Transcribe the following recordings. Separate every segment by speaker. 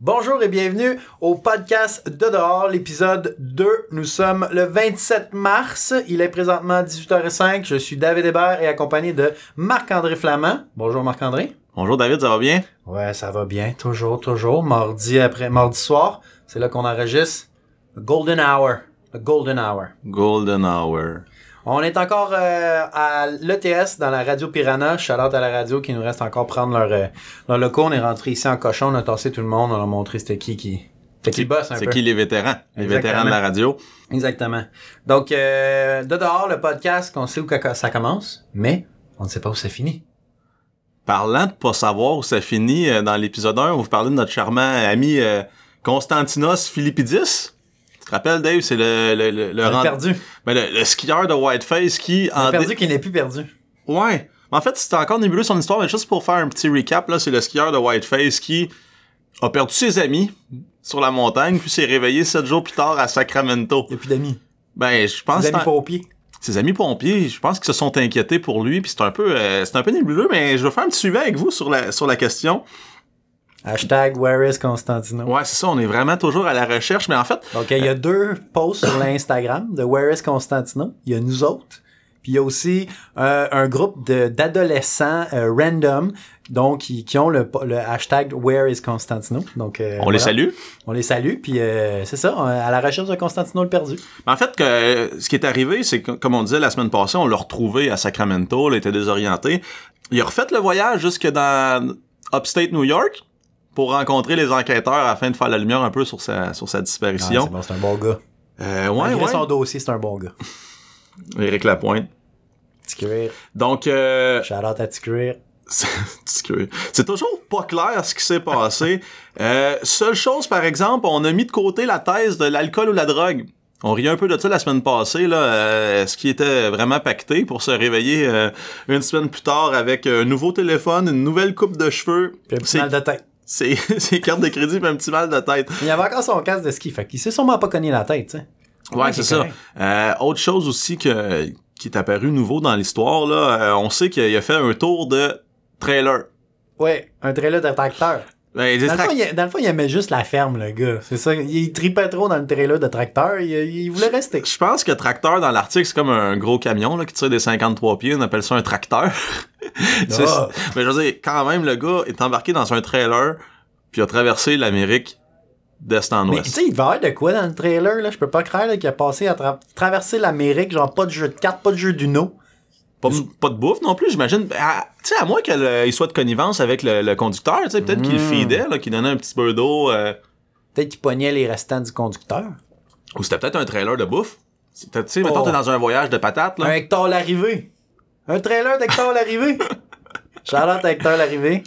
Speaker 1: Bonjour et bienvenue au podcast de dehors, l'épisode 2. Nous sommes le 27 mars. Il est présentement 18h05. Je suis David Hébert et accompagné de Marc-André Flamand. Bonjour Marc-André.
Speaker 2: Bonjour David, ça va bien?
Speaker 1: Ouais, ça va bien. Toujours, toujours. Mardi après, mardi soir. C'est là qu'on enregistre. The Golden Hour. The Golden Hour.
Speaker 2: Golden Hour.
Speaker 1: On est encore euh, à l'ETS dans la radio Piranha. Shout-out à la radio qui nous reste encore prendre leur, euh, leur locaux. On est rentré ici en cochon, on a tassé tout le monde, on a montré c'était qui qui. C'était qui le boss un
Speaker 2: C'est
Speaker 1: peu.
Speaker 2: qui les vétérans? Les
Speaker 1: Exactement.
Speaker 2: vétérans de la radio.
Speaker 1: Exactement. Donc, euh, de dehors, le podcast, on sait où que- ça commence, mais on ne sait pas où ça finit.
Speaker 2: Parlant de pas savoir où ça finit, euh, dans l'épisode 1, on vous parlait de notre charmant ami euh, Constantinos Philippidis. Tu te rappelles, Dave, c'est le, le, le, le
Speaker 1: On
Speaker 2: rend-
Speaker 1: est perdu.
Speaker 2: ben, le- le skieur de Whiteface qui...
Speaker 1: On
Speaker 2: en
Speaker 1: est
Speaker 2: dé-
Speaker 1: perdu qui n'est plus perdu.
Speaker 2: Ouais. Mais En fait, c'est encore nébuleux son histoire, mais juste pour faire un petit recap, là, c'est le skieur de Whiteface qui a perdu ses amis sur la montagne, puis s'est réveillé sept jours plus tard à Sacramento.
Speaker 1: Il n'y a plus d'amis.
Speaker 2: Ben, je
Speaker 1: Des
Speaker 2: pense que c'est
Speaker 1: amis
Speaker 2: en-
Speaker 1: pas au pied.
Speaker 2: ses amis pompiers, je pense qu'ils se sont inquiétés pour lui, puis c'est un peu euh, c'est un peu nébuleux, mais je vais faire un petit suivi avec vous sur la sur la question.
Speaker 1: Hashtag Where is Constantino.
Speaker 2: Ouais, c'est ça, on est vraiment toujours à la recherche, mais en fait,
Speaker 1: Donc, il y a deux posts sur l'Instagram de Where is Constantino. Il y a nous autres. Puis il y a aussi euh, un groupe de- d'adolescents euh, random, donc qui, qui ont le, po- le hashtag Where is Constantino. Donc, euh,
Speaker 2: on
Speaker 1: voilà.
Speaker 2: les salue.
Speaker 1: On les salue, puis euh, c'est ça, on- à la recherche de Constantino le perdu.
Speaker 2: Mais en fait, que, euh, ce qui est arrivé, c'est que, comme on disait la semaine passée, on l'a retrouvé à Sacramento, là, il était désorienté. Il a refait le voyage jusque dans Upstate New York pour rencontrer les enquêteurs afin de faire la lumière un peu sur sa sur sa
Speaker 1: Ah,
Speaker 2: disparition.
Speaker 1: c'est bon, c'est un bon gars.
Speaker 2: Euh, ouais,
Speaker 1: Malgré son
Speaker 2: ouais.
Speaker 1: dossier, c'est un bon gars.
Speaker 2: Éric Lapointe.
Speaker 1: Petit cuir,
Speaker 2: Donc euh,
Speaker 1: shout out à Petit cuir.
Speaker 2: C'est c'est curieux. C'est toujours pas clair ce qui s'est passé. Euh, seule chose, par exemple, on a mis de côté la thèse de l'alcool ou la drogue. On riait un peu de ça la semaine passée, là, euh, ce qui était vraiment pacté pour se réveiller euh, une semaine plus tard avec un nouveau téléphone, une nouvelle coupe de cheveux,
Speaker 1: Puis un petit
Speaker 2: C'est-
Speaker 1: mal de tête.
Speaker 2: ses, ses cartes de crédit, puis un petit mal de tête.
Speaker 1: Il avait encore son casque de ski, fait qu'il s'est sûrement pas cogné la tête, tu sais.
Speaker 2: Ouais, c'est ça.
Speaker 1: correct.
Speaker 2: Euh, autre chose aussi que, qui est apparu nouveau dans l'histoire, là, euh, on sait qu'il a fait un tour de trailer.
Speaker 1: Ouais, un trailer de tracteur.
Speaker 2: Ben, des
Speaker 1: Dans le,
Speaker 2: tra-
Speaker 1: fond, il, dans le fond, il aimait juste la ferme, le gars. C'est ça. Il, il tripait trop dans le trailer de tracteur. Il, il voulait rester.
Speaker 2: Je pense que tracteur dans l'article, c'est comme un gros camion là, qui tire des 53 pieds, on appelle ça un tracteur. C'est-
Speaker 1: Ah.
Speaker 2: Mais je veux dire, quand même, le gars est embarqué dans un trailer, puis a traversé l'Amérique d'est en
Speaker 1: Mais
Speaker 2: ouest.
Speaker 1: tu sais, il devait y avoir de quoi dans le trailer, là. Je peux pas croire là, qu'il a passé à tra- traverser l'Amérique, genre pas de jeu de cartes, pas de jeu d'Uno.
Speaker 2: Pas, pas de bouffe non plus, j'imagine. Ben, à- Tu sais, à moins qu'il soit de connivence avec le, le conducteur, tu sais, peut-être qu'il le
Speaker 1: Mm.
Speaker 2: feedait, là, qu'il donnait un petit peu d'eau, euh,
Speaker 1: Peut-être qu'il pognait les restants du conducteur.
Speaker 2: ou c'était peut-être un trailer de bouffe. C'était- Tu sais, mettons,
Speaker 1: Oh.
Speaker 2: t'es dans un voyage de patates,
Speaker 1: Un
Speaker 2: là.
Speaker 1: Hector l'arrivée. Un trailer d'Hector l'arrivée. Charlotte Hector l'arrivée.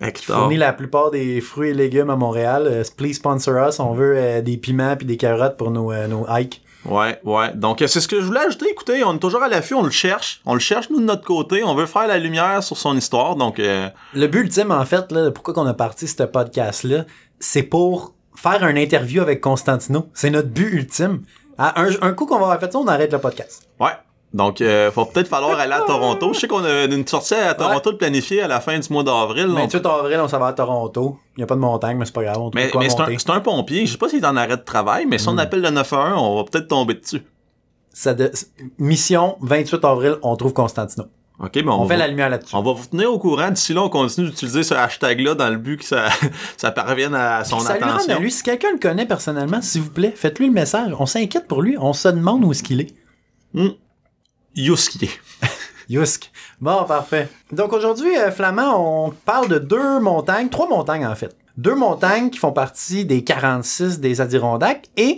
Speaker 2: Hector.
Speaker 1: Fournit la plupart des fruits et légumes à Montréal. Euh, please sponsor us. On veut euh, des piments puis des carottes pour nos, euh, nos hikes.
Speaker 2: Ouais, ouais. Donc, euh, c'est ce que je voulais ajouter. Écoutez, on est toujours à l'affût, on le cherche. On le cherche, nous, de notre côté. On veut faire la lumière sur son histoire. Donc, euh,
Speaker 1: Le but ultime, en fait, là, pourquoi qu'on a parti ce podcast-là, c'est pour faire une interview avec Constantino. C'est notre but ultime. À un, un coup qu'on va avoir fait ça, on arrête le podcast.
Speaker 2: ouais. Donc, euh, faut peut-être falloir aller à Toronto. Je sais qu'on a une sortie à Toronto de planifiée à la fin du mois d'avril. On-
Speaker 1: 28 avril, on s'en va à Toronto. Il n'y a pas de montagne, mais c'est pas grave, on trouve
Speaker 2: Mais,
Speaker 1: quoi
Speaker 2: mais c'est,
Speaker 1: monter. Hmm.
Speaker 2: un, c'est un pompier. Je sais pas s'il est en arrêt de travail, mais si on appelle le 911, on va peut-être tomber dessus.
Speaker 1: Ça de- Mission 28 avril, on trouve Constantino.
Speaker 2: OK, mais on,
Speaker 1: On, fait
Speaker 2: va,
Speaker 1: la lumière là-dessus.
Speaker 2: on va vous tenir au courant. D'ici là, on continue d'utiliser ce hashtag-là dans le but que ça, ça parvienne à son
Speaker 1: Ça lui rend
Speaker 2: attention.
Speaker 1: à lui. Si quelqu'un le connaît personnellement, s'il vous plaît, faites-lui le message. On s'inquiète pour lui. On se demande où est-ce qu'il est.
Speaker 2: Youski.
Speaker 1: Yousk. Bon, parfait. Donc aujourd'hui, euh, Flamand, on parle de deux montagnes, trois montagnes en fait. Deux montagnes qui font partie des 46 des Adirondacks et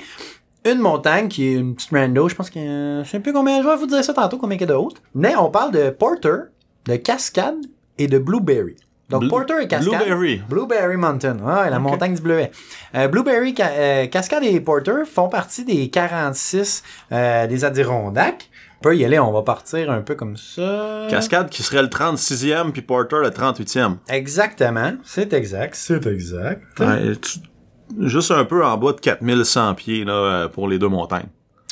Speaker 1: une montagne qui est une petite rando, je pense que euh, je sais plus combien, je vais vous dire ça tantôt, combien qu'il y a de haute. Mais on parle de Porter, de Cascade et de Blueberry. Donc
Speaker 2: Blue-
Speaker 1: Porter et Cascade.
Speaker 2: Blueberry.
Speaker 1: Blueberry Mountain, ah, la
Speaker 2: Ok.
Speaker 1: montagne du bleuet. Euh, Blueberry, Ca- euh, Cascade et Porter font partie des 46 euh, des Adirondacks. On peut y aller, on va partir un peu comme ça.
Speaker 2: Cascade qui serait le 36e, puis Porter le 38e.
Speaker 1: Exactement, c'est exact, c'est exact.
Speaker 2: Ouais, tu- juste un peu en bas de 4100 pieds là, euh, pour les deux montagnes.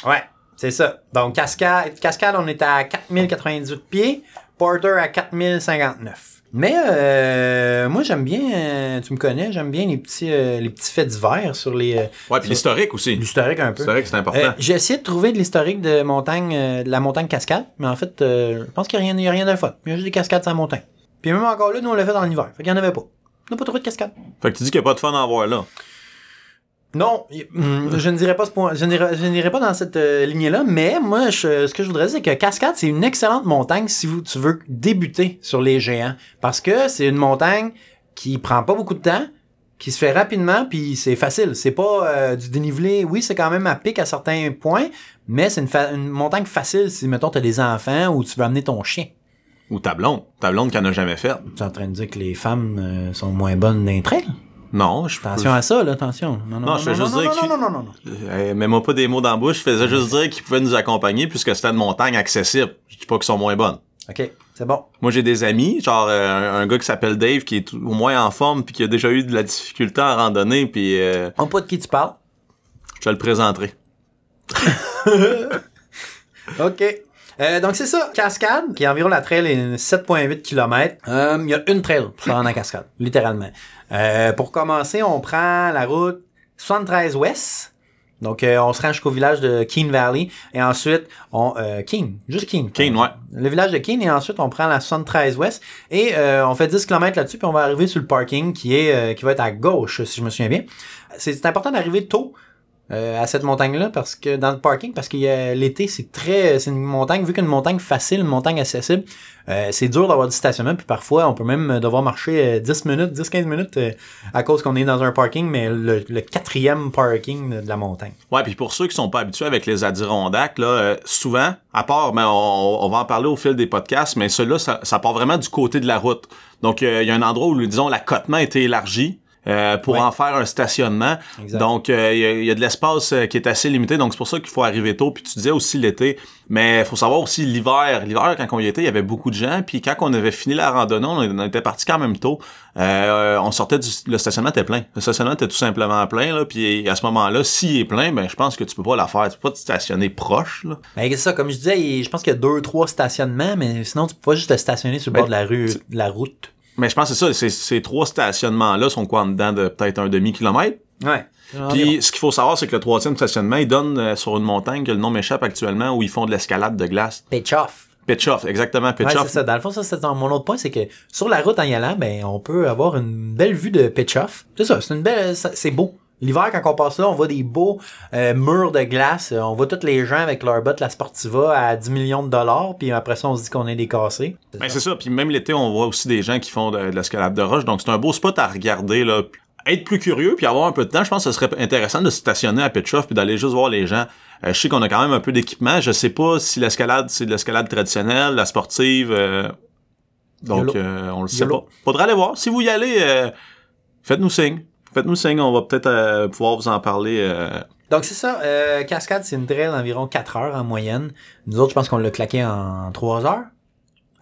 Speaker 1: Ouais, c'est ça. Donc Cascade, Cascade, on est à 4098 pieds, Porter à 4059. Mais euh, moi, j'aime bien, euh, tu me connais, j'aime bien les petits, euh, les petits faits divers sur les. euh,
Speaker 2: Ouais, puis l'historique aussi.
Speaker 1: l'historique un peu.
Speaker 2: L'historique, c'est important.
Speaker 1: Euh, j'ai essayé de trouver de l'historique de montagne, euh, de la montagne cascade, mais en fait, euh, je pense qu'il n'y a, rien- il y a rien de fun. Il y a juste des cascades sur la montagne. Puis même encore là, nous, on l'a fait dans l'hiver. Fait qu'il n'y en avait pas. On n'a pas trouvé de cascade.
Speaker 2: Eh. Fait que tu dis qu'il n'y a pas de fun à en voir là.
Speaker 1: Non, y- hmm, je ne dirais pas ce point, je n'irai je n'irai pas dans cette euh, lignée-là, mais moi, je- ce que je voudrais dire, c'est que Cascade, c'est une excellente montagne si vous, tu veux débuter sur les géants. Parce que c'est une montagne qui prend pas beaucoup de temps, qui se fait rapidement, puis c'est facile. C'est pas euh, du dénivelé. Oui, c'est quand même à pic à certains points, mais c'est une, fa- une montagne facile si, mettons, t'as des enfants ou tu veux amener ton chien.
Speaker 2: Ou ta blonde. Ta blonde qu'elle n'a jamais fait.
Speaker 1: Tu es en train de dire que les femmes euh, sont moins bonnes d'un trait?
Speaker 2: Non, je
Speaker 1: Attention hein. à ça, là, attention. Non, non,
Speaker 2: Non, je fais juste
Speaker 1: non,
Speaker 2: dire
Speaker 1: non,
Speaker 2: que-
Speaker 1: non, non, non, non.
Speaker 2: Euh, Mets-moi pas des mots dans la bouche, je faisais juste dire qu'ils pouvaient nous accompagner puisque c'était une montagne accessible. Je dis pas qu'ils sont moins bonnes.
Speaker 1: OK, c'est bon.
Speaker 2: Moi, j'ai des amis, genre euh, un, un gars qui s'appelle Dave, qui est tout- au moins en forme, puis qui a déjà eu de la difficulté en randonnée, puis euh,
Speaker 1: On pas de qui tu parles.
Speaker 2: je te le présenterai.
Speaker 1: OK. Euh, donc, c'est ça, Cascade, qui est environ la trail est 7,8 km. Euh, Il y a une trail pour se rendre à Cascade, littéralement. Euh, pour commencer, on prend la route 73 Ouest. Donc, euh, on se rend jusqu'au village de Keene Valley. Et ensuite, on... Euh, Keene, juste Keene.
Speaker 2: Keene, ouais.
Speaker 1: Le village de Keene. Et ensuite, on prend la 73 Ouest. Et euh, on fait 10 km là-dessus, puis on va arriver sur le parking qui, est, euh, qui va être à gauche, si je me souviens bien. C'est c'est important d'arriver tôt euh, à cette montagne-là parce que dans le parking parce qu'il y a l'été c'est très c'est une montagne vu qu'une montagne facile une montagne accessible euh, c'est dur d'avoir du stationnement puis parfois on peut même devoir marcher euh, 10 minutes 10-15 minutes euh, à cause qu'on est dans un parking mais le, le quatrième parking de de la montagne
Speaker 2: Ouais, puis pour ceux qui sont pas habitués avec les Adirondacks, là, euh, souvent, à part, mais on, on va en parler au fil des podcasts, mais ceux-là, ça, ça part vraiment du côté de la route. Donc, euh, il y a un endroit où, disons, l'accotement a été élargi euh, pour
Speaker 1: Ouais.
Speaker 2: en faire un stationnement.
Speaker 1: Exact.
Speaker 2: Donc, euh, il y a- il y, a de l'espace euh, qui est assez limité, donc c'est pour ça qu'il faut arriver tôt. Puis tu disais aussi l'été, mais il faut savoir aussi l'hiver. L'hiver, quand on y était, il y avait beaucoup de gens. Puis quand on avait fini la randonnée, on on était parti quand même tôt. Euh, on sortait du le stationnement était plein. Le stationnement était tout simplement plein là. Puis à ce moment-là, s'il est plein, ben je pense que tu peux pas la faire. Tu peux pas te stationner proche là.
Speaker 1: mais c'est ça comme je disais il- je pense qu'il y a deux trois stationnements mais sinon tu peux pas juste te stationner sur le
Speaker 2: Ben,
Speaker 1: bord de la rue de la route
Speaker 2: Mais je pense que c'est ça. Ces, ces trois stationnements là sont quoi en dedans de peut-être un demi kilomètre.
Speaker 1: ouais
Speaker 2: Puis ce qu'il faut savoir, c'est que le troisième stationnement, il donne euh, sur une montagne que le nom m'échappe actuellement où ils font de l'escalade de glace.
Speaker 1: pitch off
Speaker 2: Petchoff, exactement.
Speaker 1: Ouais,
Speaker 2: Petchoff,
Speaker 1: c'est ça. Dans le fond, ça, c'est dans mon autre point, c'est que sur la route en y allant, ben, on peut avoir une belle vue de Petchoff. C'est ça, c'est une belle, ça- c'est beau. L'hiver, quand on passe là, on voit des beaux euh, murs de glace. Euh, On voit tous les gens avec leur botte, la Sportiva, à 10 millions de dollars. Puis après ça, on se dit qu'on est des cassés.
Speaker 2: Ben, c'est ça. Puis même l'été, on voit aussi des gens qui font de, de l'escalade de roche. Donc, c'est un beau spot à regarder, là. Puis Être plus curieux, puis avoir un peu de temps, je pense que ce serait intéressant de se stationner à Petchoff puis d'aller juste voir les gens. Euh, je sais qu'on a quand même un peu d'équipement. Je sais pas si l'escalade, c'est de l'escalade traditionnelle, la sportive. euh, Donc,
Speaker 1: Yolo.
Speaker 2: euh, on le sait
Speaker 1: Yolo.
Speaker 2: pas. Faudra aller voir. Si vous y allez, euh, faites-nous signe. Faites-nous signe. On va peut-être euh, pouvoir vous en parler. euh.
Speaker 1: Donc c'est ça, euh, Cascade, c'est une trail d'environ 4 heures en moyenne. Nous autres, je pense qu'on l'a claqué en 3 heures.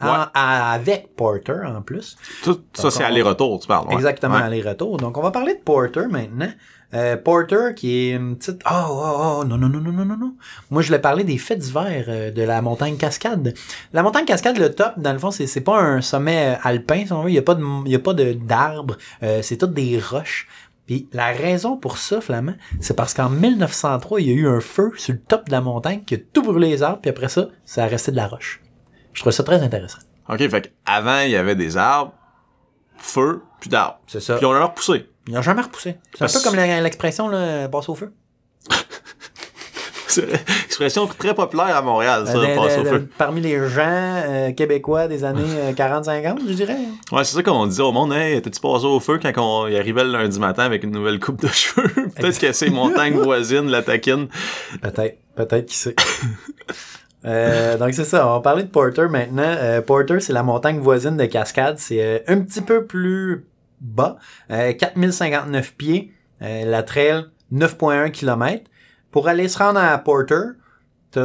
Speaker 1: En-
Speaker 2: Ouais.
Speaker 1: à- avec Porter en plus.
Speaker 2: Tout ça, c'est
Speaker 1: on-
Speaker 2: aller-retour, tu parles. ouais.
Speaker 1: Exactement,
Speaker 2: Ouais.
Speaker 1: aller-retour. Donc, on va parler de Porter maintenant. Euh, Porter, qui est une petite... Oh, oh, oh, non, non, non, non, non, non, non. Moi, je voulais parler des faits d'hiver de la montagne Cascade. La montagne Cascade, le top, dans le fond, c'est c'est pas un sommet euh, alpin, si on veut. Il n'y a pas de- il y a pas de- d'arbres. Euh, c'est toutes des roches. Puis la raison pour ça, Flamand, c'est parce qu'en 1903, il y a eu un feu sur le top de la montagne qui a tout brûlé les arbres, puis après ça, ça a resté de la roche. Je trouve ça très intéressant.
Speaker 2: OK, fait avant il y avait des arbres, feu, puis d'arbres.
Speaker 1: C'est ça.
Speaker 2: Puis on a leur poussé.
Speaker 1: Il n'a jamais repoussé. C'est un
Speaker 2: Parce-
Speaker 1: peu comme la- l'expression, là, passer au feu.
Speaker 2: C'est une expression très populaire à Montréal, ça,
Speaker 1: Euh, de-
Speaker 2: passer au
Speaker 1: de-
Speaker 2: feu.
Speaker 1: de- Parmi les gens euh, québécois des années euh, 40-50, je dirais.
Speaker 2: Ouais, c'est ça qu'on disait au monde, hey, t'es-tu passé au feu quand on y arrivait le lundi matin avec une nouvelle coupe de cheveux? Peut-être que ces montagnes voisines la taquinent.
Speaker 1: Peut-être, peut-être, qui sait. Euh, donc c'est ça, on va parler de Porter maintenant. Euh, Porter, c'est la montagne voisine de Cascade. C'est euh, un petit peu plus bas, euh, 4059 pieds, euh, la trail 9.1 km. Pour aller se rendre à Porter, t'as,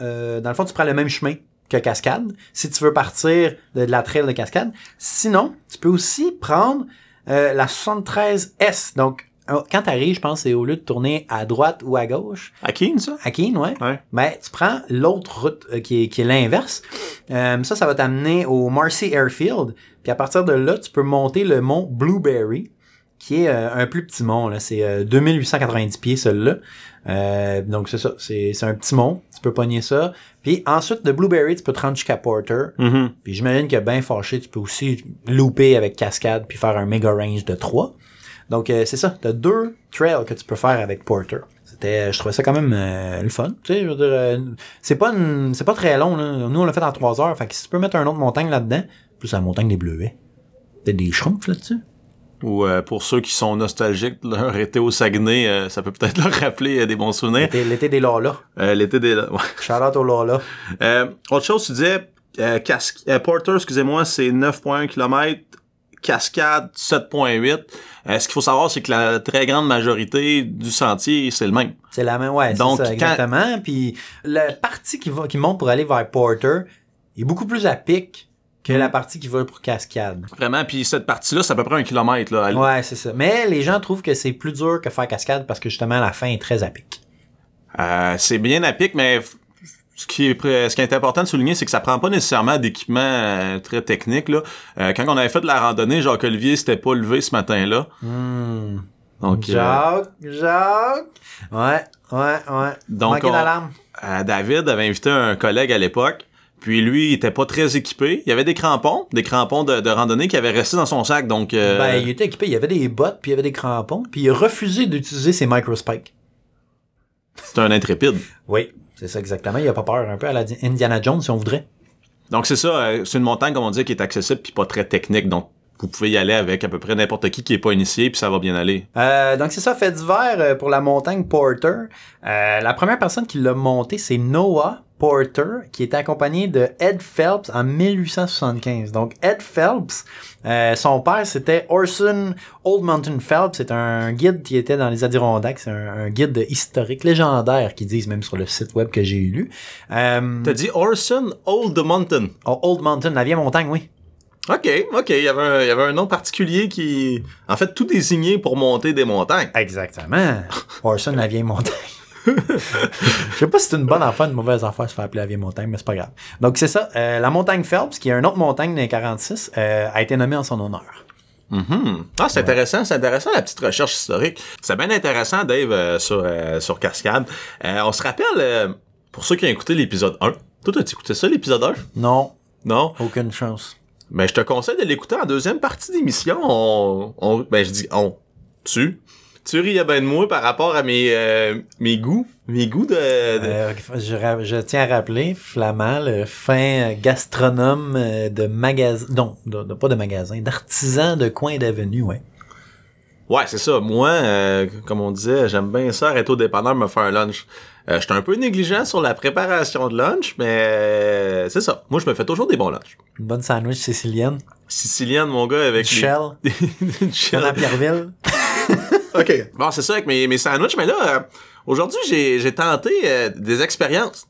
Speaker 1: euh, dans le fond, tu prends le même chemin que Cascade, si tu veux partir de, de la trail de Cascade. Sinon, tu peux aussi prendre euh, la 73S. Donc, euh, quand tu arrives, je pense, c'est au lieu de tourner à droite ou à gauche,
Speaker 2: À Keene, ça?
Speaker 1: à Keene, ouais.
Speaker 2: Ouais.
Speaker 1: Ben, tu prends l'autre route euh, qui est, qui est l'inverse. Euh, ça, ça va t'amener au Marcy Airfield. Puis à partir de là, tu peux monter le mont Blueberry, qui est euh, un plus petit mont. là. C'est euh, 2890 pieds, celui-là. Euh, donc c'est ça, c'est c'est un petit mont. Tu peux pogner ça. Puis ensuite, de Blueberry, tu peux te rendre jusqu'à Porter.
Speaker 2: Mhm.
Speaker 1: Puis j'imagine que bien fâché, tu peux aussi louper avec Cascade puis faire un méga range de 3. Donc euh, c'est ça, t'as deux trails que tu peux faire avec Porter. C'était, je trouvais ça quand même euh, le fun. Tu sais, je veux dire, euh, c'est pas, une- c'est pas très long. Là. Nous on l'a fait en 3 heures. Fait que si tu peux mettre un autre montagne là-dedans, plus la montagne des Bleuets, peut-être des schtroumpfs là-dessus.
Speaker 2: Ou euh, pour ceux qui sont nostalgiques de leur été au Saguenay, euh, ça peut peut-être leur rappeler euh, des bons souvenirs.
Speaker 1: L'été, l'été des Lola.
Speaker 2: Euh, L'été des... ouais.
Speaker 1: Shout-out aux Lola.
Speaker 2: Euh, autre chose, tu disais, euh, casque- euh, Porter, excusez-moi, c'est 9,1 km, Cascade 7,8. Euh, ce qu'il faut savoir, c'est que la très grande majorité du sentier, c'est le même.
Speaker 1: C'est la même, ouais,
Speaker 2: Donc,
Speaker 1: c'est ça,
Speaker 2: quand-
Speaker 1: exactement. Puis la partie qui, va, qui monte pour aller vers Porter est beaucoup plus à pic que la partie qui va pour Cascade.
Speaker 2: Vraiment, puis cette partie-là, c'est à peu près un kilomètre. Là, Elle-
Speaker 1: Ouais, c'est ça. Mais les gens trouvent que c'est plus dur que faire Cascade parce que justement la fin est très à pic.
Speaker 2: Euh, c'est bien à pic, mais f- ce qui, est, pr- ce qui est important de souligner, c'est que ça prend pas nécessairement d'équipement euh, très technique. Là. Euh, quand on avait fait de la randonnée, Jacques-Olivier s'était pas levé ce matin-là.
Speaker 1: Hmm.
Speaker 2: Donc, euh,
Speaker 1: Jacques, Jacques. Ouais, ouais, ouais.
Speaker 2: Donc,
Speaker 1: Manqué
Speaker 2: on-
Speaker 1: d'alarme.
Speaker 2: Euh, David avait invité un collègue à l'époque. Puis lui, il était pas très équipé. Il y avait des crampons, des crampons de, de randonnée qui avaient resté dans son sac. Donc, euh,
Speaker 1: Ben, il était équipé, il y avait des bottes, puis il y avait des crampons, puis il refusait d'utiliser ses microspikes.
Speaker 2: c'est un intrépide.
Speaker 1: Oui, c'est ça exactement. Il a pas peur un peu à la Indiana Jones si on voudrait.
Speaker 2: Donc, c'est ça. euh, c'est une montagne, comme on dit, qui est accessible puis pas très technique. Donc, vous pouvez y aller avec à peu près n'importe qui qui est pas initié puis ça va bien aller.
Speaker 1: Euh, donc c'est ça, fait d'hiver euh, pour la montagne Porter. Euh, la première personne qui l'a monté, c'est Noah Porter, qui était accompagné de Ed Phelps en 1875. Donc Ed Phelps, euh, son père c'était Orson Old Mountain Phelps, c'est un guide qui était dans les Adirondacks, c'est un, un guide historique légendaire qu'ils disent même sur le site web que j'ai lu. Euh,
Speaker 2: T'as dit Orson Old Mountain.
Speaker 1: oh, Old Mountain, la vieille montagne, oui.
Speaker 2: OK, OK. Il y, avait un, il y avait un nom particulier qui, en fait, tout désigné pour monter des montagnes.
Speaker 1: Exactement. Orson, la vieille montagne. Je sais pas si c'est une bonne affaire, une mauvaise affaire se faire appeler la vieille montagne, mais c'est pas grave. Donc c'est ça, euh, la montagne Phelps, qui est une autre montagne des 46, euh, a été nommée en son honneur.
Speaker 2: Mhm. Ah, c'est intéressant, c'est intéressant la petite recherche historique. C'est bien intéressant, Dave, euh, sur, euh, sur Cascade. Euh, on se rappelle, euh, pour ceux qui ont écouté l'épisode 1, toi, t'as écouté ça, l'épisode 1?
Speaker 1: Non,
Speaker 2: Non?
Speaker 1: aucune chance.
Speaker 2: Ben, je te conseille de l'écouter en deuxième partie d'émission. On, on, ben, je dis on. Tu? Tu riais ben de moi par rapport à mes, euh, mes goûts. Mes goûts de... de-
Speaker 1: Euh, je, ra- je tiens à rappeler Flamand, le fin gastronome euh, de magasin, non, de- de- pas de magasin, d'artisan de coin d'avenue, ouais.
Speaker 2: Ouais, c'est ça. Moi, euh, comme on disait, j'aime bien ça, arrêter au dépanneur, me faire un lunch. Euh, J'étais un peu négligent sur la préparation de lunch, mais euh, c'est ça. Moi, je me fais toujours des bons lunchs.
Speaker 1: Une bonne sandwich sicilienne,
Speaker 2: Sicilienne, mon gars, avec les-
Speaker 1: Shell,
Speaker 2: une
Speaker 1: dans la
Speaker 2: shell.
Speaker 1: Pierreville.
Speaker 2: OK. Bon, c'est ça avec mes, mes sandwichs, mais là, euh, aujourd'hui, j'ai j'ai tenté euh, des expériences.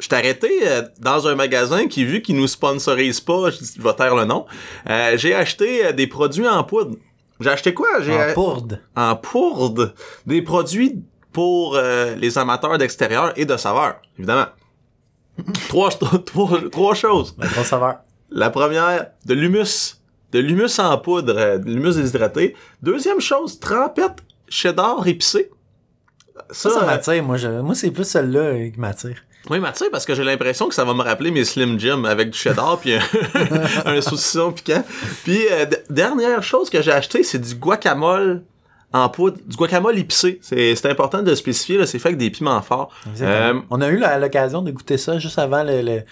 Speaker 2: Je t'ai arrêté euh, dans un magasin qui, vu qu'il nous sponsorise pas, je dis- je vais taire le nom, euh, j'ai acheté euh, des produits en poudre. J'ai acheté quoi? J'ai
Speaker 1: en Pourde.
Speaker 2: en pourde des produits pour euh, les amateurs d'extérieur et de saveur, évidemment. trois, trois, trois choses.
Speaker 1: La grosse saveur.
Speaker 2: La première, de l'humus. De l'humus en poudre, euh, de l'humus déshydraté. Deuxième chose, trempette cheddar épicé.
Speaker 1: Ça, ça
Speaker 2: euh,
Speaker 1: m'attire. Moi, je, moi c'est plus celle-là euh, qui m'attire.
Speaker 2: oui, Mathieu, parce que j'ai l'impression que ça va me rappeler mes Slim Jim avec du cheddar puis un, un saucisson piquant. Puis, euh, d- dernière chose que j'ai acheté, c'est du guacamole en poudre, du guacamole épicé. C'est c'est important de le spécifier, là, c'est fait avec des piments forts.
Speaker 1: Exactement.
Speaker 2: Euh,
Speaker 1: On a eu la- l'occasion de goûter ça juste avant le- le-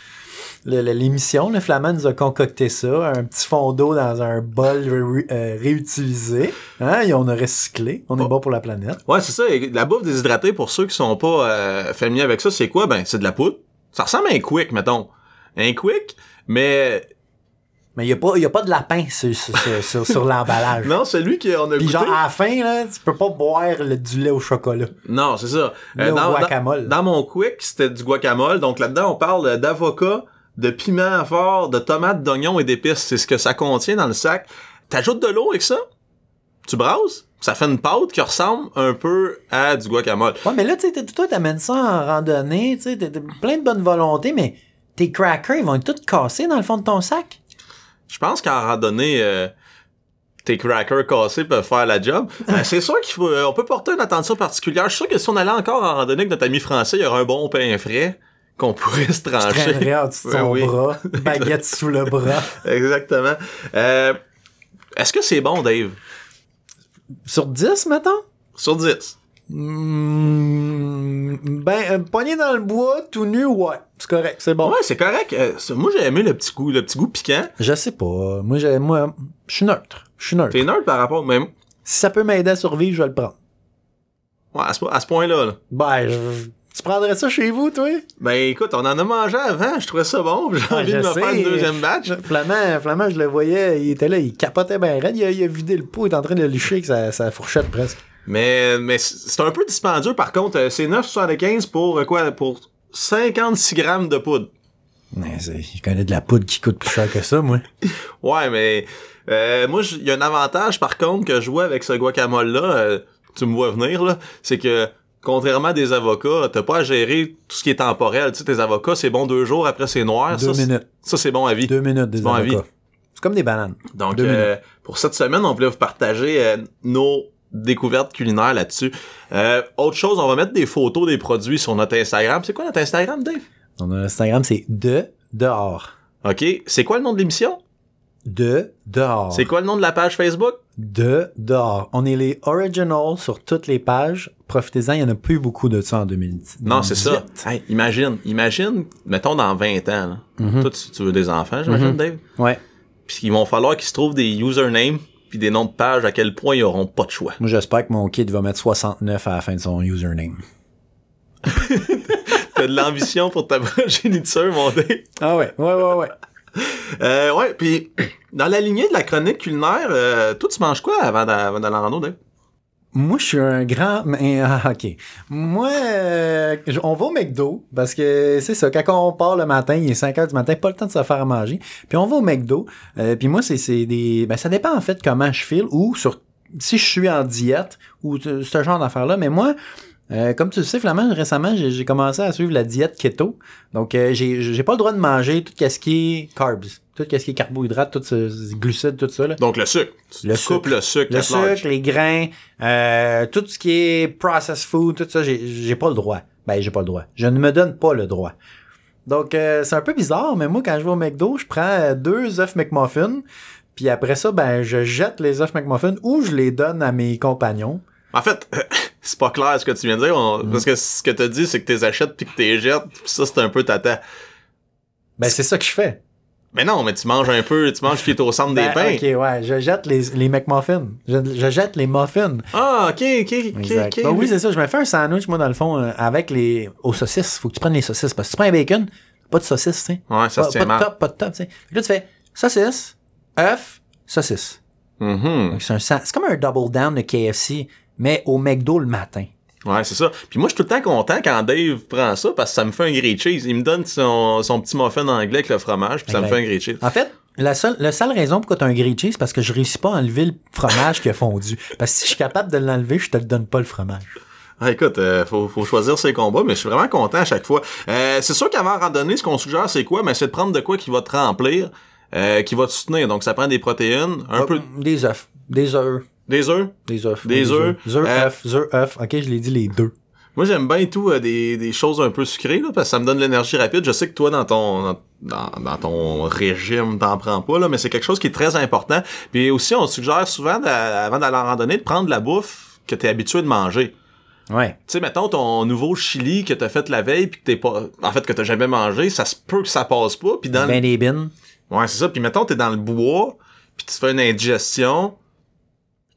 Speaker 1: le- le- l'émission. Le, Flamand nous a concocté ça. Un petit fond d'eau dans un bol ré- euh, réutilisé. Hein? Et on a recyclé. On est
Speaker 2: Oh.
Speaker 1: bon pour la planète.
Speaker 2: Ouais, c'est ça. Et La bouffe déshydratée, pour ceux qui sont pas euh, familiers avec ça, c'est quoi? Ben, c'est de la poudre. Ça ressemble à un quick, mettons. Un quick, mais
Speaker 1: Mais il n'y a, pas- y a pas de lapin sur, sur, sur- sur- sur l'emballage.
Speaker 2: non, celui qu'on a
Speaker 1: Puis
Speaker 2: goûté...
Speaker 1: genre, à la fin, là, tu peux pas boire le- du lait au chocolat.
Speaker 2: Non, c'est ça.
Speaker 1: Le guacamole.
Speaker 2: Euh, Dans, dans mon quick, c'était du guacamole. Donc là-dedans, on parle d'avocat, de piment fort, de tomates, d'oignons et d'épices. C'est ce que ça contient dans le sac. T'ajoutes de l'eau avec ça, tu brasses, ça fait une pâte qui ressemble un peu à du guacamole.
Speaker 1: Ouais, mais là, tu sais, t'es- toi, t'amènes ça en randonnée. Tu sais, t'es t'es plein de bonne volonté, mais tes crackers, ils vont être tous cassés dans le fond de ton sac.
Speaker 2: Je pense qu'en randonnée, euh, tes crackers cassés peuvent faire la job. Euh, c'est sûr qu'on peut porter une attention particulière. Je suis sûr que si on allait encore en randonnée avec notre ami français, il y aurait un bon pain frais qu'on pourrait se
Speaker 1: Tu
Speaker 2: trancher.
Speaker 1: traînerais en dessous de ton
Speaker 2: Ben Oui, oui.
Speaker 1: bras, baguette sous le bras.
Speaker 2: Exactement. Euh, Est-ce que c'est bon, Dave?
Speaker 1: Sur 10, mettons?
Speaker 2: Sur 10.
Speaker 1: Hmm, ben, euh, poignée dans le bois, tout nu, ouais. C'est correct, c'est bon.
Speaker 2: Ouais, c'est correct. Euh, c'est- moi, j'ai aimé le petit goût, le petit goût piquant.
Speaker 1: Je sais pas. Moi, j'ai- moi, je suis neutre. Je suis neutre.
Speaker 2: T'es neutre par rapport, mais ouais,
Speaker 1: Si ça peut m'aider à survivre, je vais le prendre.
Speaker 2: à ce, à ce point-là. là.
Speaker 1: Ben, je- tu prendrais ça chez vous, toi?
Speaker 2: Ben écoute, on en a mangé avant, je trouvais ça bon, j'ai
Speaker 1: Ah,
Speaker 2: envie de
Speaker 1: je
Speaker 2: me
Speaker 1: sais.
Speaker 2: faire le deuxième batch.
Speaker 1: Flamand, Flamand, je le voyais, il était là, il capotait bien raide, il a, il a vidé le pot, il est en train de le licher avec sa, sa fourchette presque.
Speaker 2: Mais, mais c'est un peu dispendieux par contre, euh, c'est 9,75 pour euh, quoi? Pour 56 grammes de poudre.
Speaker 1: Mais c'est- je connais de la poudre qui coûte plus cher que ça, moi.
Speaker 2: Ouais, mais euh, moi, j- il y a un avantage par contre que je vois avec ce guacamole-là, euh, tu me vois venir là, c'est que contrairement à des avocats, t'as pas à gérer tout ce qui est temporel. Tu sais, tes avocats, c'est bon deux jours, après c'est noir.
Speaker 1: Deux
Speaker 2: Ah, ça, c'est-
Speaker 1: minutes.
Speaker 2: Ça, c'est bon à vie.
Speaker 1: Deux minutes, des
Speaker 2: Bon,
Speaker 1: avocats.
Speaker 2: avis.
Speaker 1: C'est comme des bananes.
Speaker 2: Donc,
Speaker 1: Deux
Speaker 2: euh, pour cette semaine, on voulait vous partager euh, nos découvertes culinaires là-dessus. Euh, autre chose, on va mettre des photos des produits sur notre Instagram. C'est quoi notre Instagram, Dave?
Speaker 1: On a Instagram, c'est de dehors.
Speaker 2: OK. C'est quoi le nom de l'émission?
Speaker 1: De dehors.
Speaker 2: C'est quoi le nom de la page Facebook?
Speaker 1: De dehors. On est les originals sur toutes les pages. Profitez-en, il n'y en a plus beaucoup de ça en 2010.
Speaker 2: Non, c'est ça. Hey, imagine, imagine, mettons dans 20 ans. là.
Speaker 1: Mhm.
Speaker 2: Toi, tu, tu veux des enfants, j'imagine,
Speaker 1: Mhm.
Speaker 2: Dave?
Speaker 1: Ouais.
Speaker 2: Puis il vont falloir qu'ils se trouvent des usernames puis des noms de pages à quel point ils auront pas de choix.
Speaker 1: Moi, j'espère que mon kid va mettre 69 à la fin de son username.
Speaker 2: T'as de l'ambition pour ta progéniture, mon Dave.
Speaker 1: Ah ouais, ouais, ouais, ouais.
Speaker 2: Euh, ouais, puis dans la lignée de la chronique culinaire, euh, toi, tu manges quoi avant d'a- avant d'aller en rando, Dave?
Speaker 1: Moi, je suis un grand. mais, ah, ok. Moi, euh, je- on va au McDo parce que c'est ça. Quand on part le matin, il est 5 heures du matin, pas le temps de se faire à manger. Puis on va au McDo. Euh, puis moi, c'est c'est des. Ben, ça dépend en fait comment je file ou sur si je suis en diète ou t- ce genre d'affaires-là. Mais moi, euh, comme tu le sais, Flamand, récemment, j'ai j'ai commencé à suivre la diète keto. Donc, euh, j'ai j'ai pas le droit de manger tout ce qui est carbs, tout ce qui est carbohydrates, tout ce, ce glucides, tout ça. Là.
Speaker 2: Donc le sucre. Tu
Speaker 1: Le
Speaker 2: tu coupes le sucre.
Speaker 1: Le
Speaker 2: at large.
Speaker 1: sucre, les grains, euh, tout ce qui est processed food, tout ça, j'ai j'ai pas le droit. Ben, j'ai pas le droit. Je ne me donne pas le droit. Donc, euh, c'est un peu bizarre, mais moi, quand je vais au McDo, je prends euh, deux œufs McMuffin, puis après ça, ben, je jette les œufs McMuffin ou je les donne à mes compagnons.
Speaker 2: En fait, euh, c'est pas clair ce que tu viens de dire, on-
Speaker 1: Mm.
Speaker 2: parce que ce que t'as dit, c'est que t'es achètes puis que t'es jettes, puis ça, c'est un peu tata.
Speaker 1: Ben, c'est ça que je fais.
Speaker 2: Mais non, mais tu manges un peu, tu manges ce qui est au centre
Speaker 1: Ben,
Speaker 2: des pains.
Speaker 1: Ok, ouais, je jette les, les McMuffins. Je, je jette les muffins.
Speaker 2: Ah, ok, ok, ok,
Speaker 1: Exact.
Speaker 2: ok.
Speaker 1: Donc oui, c'est ça. Je me fais un sandwich, moi, dans le fond, euh, avec les. aux saucisses. Faut que tu prennes les saucisses. Parce que si tu prends un bacon, pas de saucisses, tu sais.
Speaker 2: Ouais, ça
Speaker 1: pas,
Speaker 2: se tient
Speaker 1: pas de
Speaker 2: mal.
Speaker 1: top, pas de top, tu sais. Fait que Là, tu fais saucisse, œuf, saucisse.
Speaker 2: Mhm.
Speaker 1: Donc, c'est un sa- c'est comme un double down de KFC, mais au McDo le matin.
Speaker 2: Ouais, c'est ça. Puis moi, je suis tout le temps content quand Dave prend ça parce que ça me fait un grilled cheese. Il me donne son, son petit muffin anglais avec le fromage, puis ça me
Speaker 1: Exact.
Speaker 2: fait un grilled cheese.
Speaker 1: En fait, la seule, la seule raison pourquoi t'as un grilled cheese, c'est parce que je réussis pas à enlever le fromage qui a fondu. Parce que si je suis capable de l'enlever, je te le donne pas le fromage.
Speaker 2: Ah, écoute, euh, faut, faut choisir ses combats, mais je suis vraiment content à chaque fois. Euh, c'est sûr qu'avant randonnée, ce qu'on suggère, c'est quoi? Mais c'est de prendre de quoi qui va te remplir, euh, qui va te soutenir. Donc, ça prend des protéines, un peu
Speaker 1: Hum, Des œufs. Des œufs.
Speaker 2: des œufs.
Speaker 1: Des œufs.
Speaker 2: Des
Speaker 1: Oui,
Speaker 2: œufs.
Speaker 1: Des œufs,
Speaker 2: Euh,
Speaker 1: œufs, œufs, œufs. Ok, je l'ai dit les deux.
Speaker 2: Moi, j'aime bien tout, euh, des, des choses un peu sucrées, là, parce que ça me donne de l'énergie rapide. Je sais que toi, dans ton, dans, dans- dans ton régime, t'en prends pas, là, mais c'est quelque chose qui est très important. Puis aussi, on suggère souvent, d'a- avant d'aller en randonnée, de prendre de la bouffe que t'es habitué de manger.
Speaker 1: Ouais.
Speaker 2: Tu sais, mettons ton nouveau chili que t'as fait la veille puis que t'es pas, en fait que t'as jamais mangé, ça se peut que ça passe pas. Puis dans, le-
Speaker 1: Ben des bines.
Speaker 2: ouais c'est ça. Puis mettons t'es dans le bois puis tu fais une indigestion,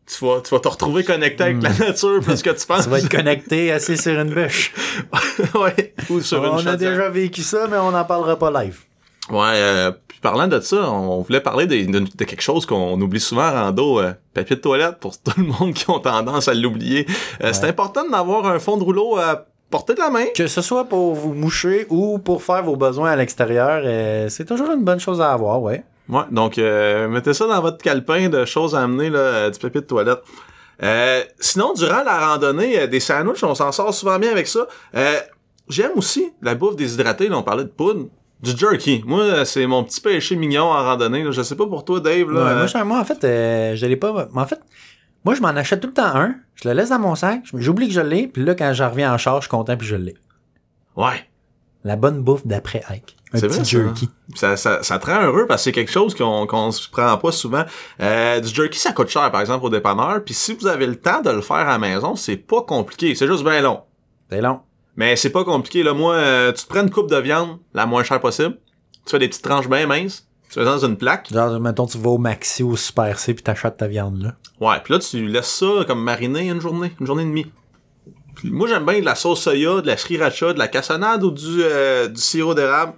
Speaker 2: tu vas, tu vas te retrouver connecté avec la nature plus que tu penses.
Speaker 1: Hmm. Tu vas être connecté assis sur une bûche.
Speaker 2: ouais. Ou sur une
Speaker 1: on a
Speaker 2: chaudière.
Speaker 1: déjà vécu ça, mais on n'en parlera pas live.
Speaker 2: Ouais. euh, puis parlant de ça, on voulait parler des- de, de quelque chose qu'on oublie souvent en rando, euh, papier de toilette pour tout le monde qui ont tendance à l'oublier. Euh, C'est important d'avoir un fond de rouleau à portée de la main.
Speaker 1: Que ce soit pour vous moucher ou pour faire vos besoins à l'extérieur, euh, c'est toujours une bonne chose à avoir, ouais.
Speaker 2: Ouais, donc euh, mettez ça dans votre calepin de choses à amener, là, euh, du papier de toilette. Euh, sinon, durant la randonnée, euh, des sandwichs, on s'en sort souvent bien avec ça. Euh, J'aime aussi la bouffe déshydratée, là, on parlait de poudre. Du jerky. Moi, euh, c'est mon petit péché mignon en randonnée. là. Je sais pas pour toi, Dave. Là,
Speaker 1: Ouais, moi,
Speaker 2: euh,
Speaker 1: je- moi, en fait, euh, je l'ai pas. mais En fait, moi, je m'en achète tout le temps un. Je le laisse dans mon sac. je- J'oublie que je l'ai. Puis là, quand j'en reviens en charge, je suis content. Puis je l'ai.
Speaker 2: ouais.
Speaker 1: La bonne bouffe d'après Ike. Un
Speaker 2: C'est
Speaker 1: petit
Speaker 2: vrai, ça. hein?
Speaker 1: jerky.
Speaker 2: Ça, ça, ça te rend heureux parce que c'est quelque chose qu'on qu'on se prend pas souvent. Euh, du jerky, ça coûte cher, par exemple, au dépanneur. Puis si vous avez le temps de le faire à la maison, c'est pas compliqué. C'est juste bien long.
Speaker 1: C'est long.
Speaker 2: Mais c'est pas compliqué. Là, moi, euh, tu te prends une coupe de viande la moins chère possible. Tu fais des petites tranches bien minces. Tu fais ça dans une plaque.
Speaker 1: Genre, mettons, tu vas au Maxi ou au Super C puis t'achètes ta viande là.
Speaker 2: Ouais, puis là, tu laisses ça comme mariner une journée, une journée et demie. Puis moi, j'aime bien de la sauce soya, de la sriracha, de la cassonade ou du, euh, du sirop d'érable.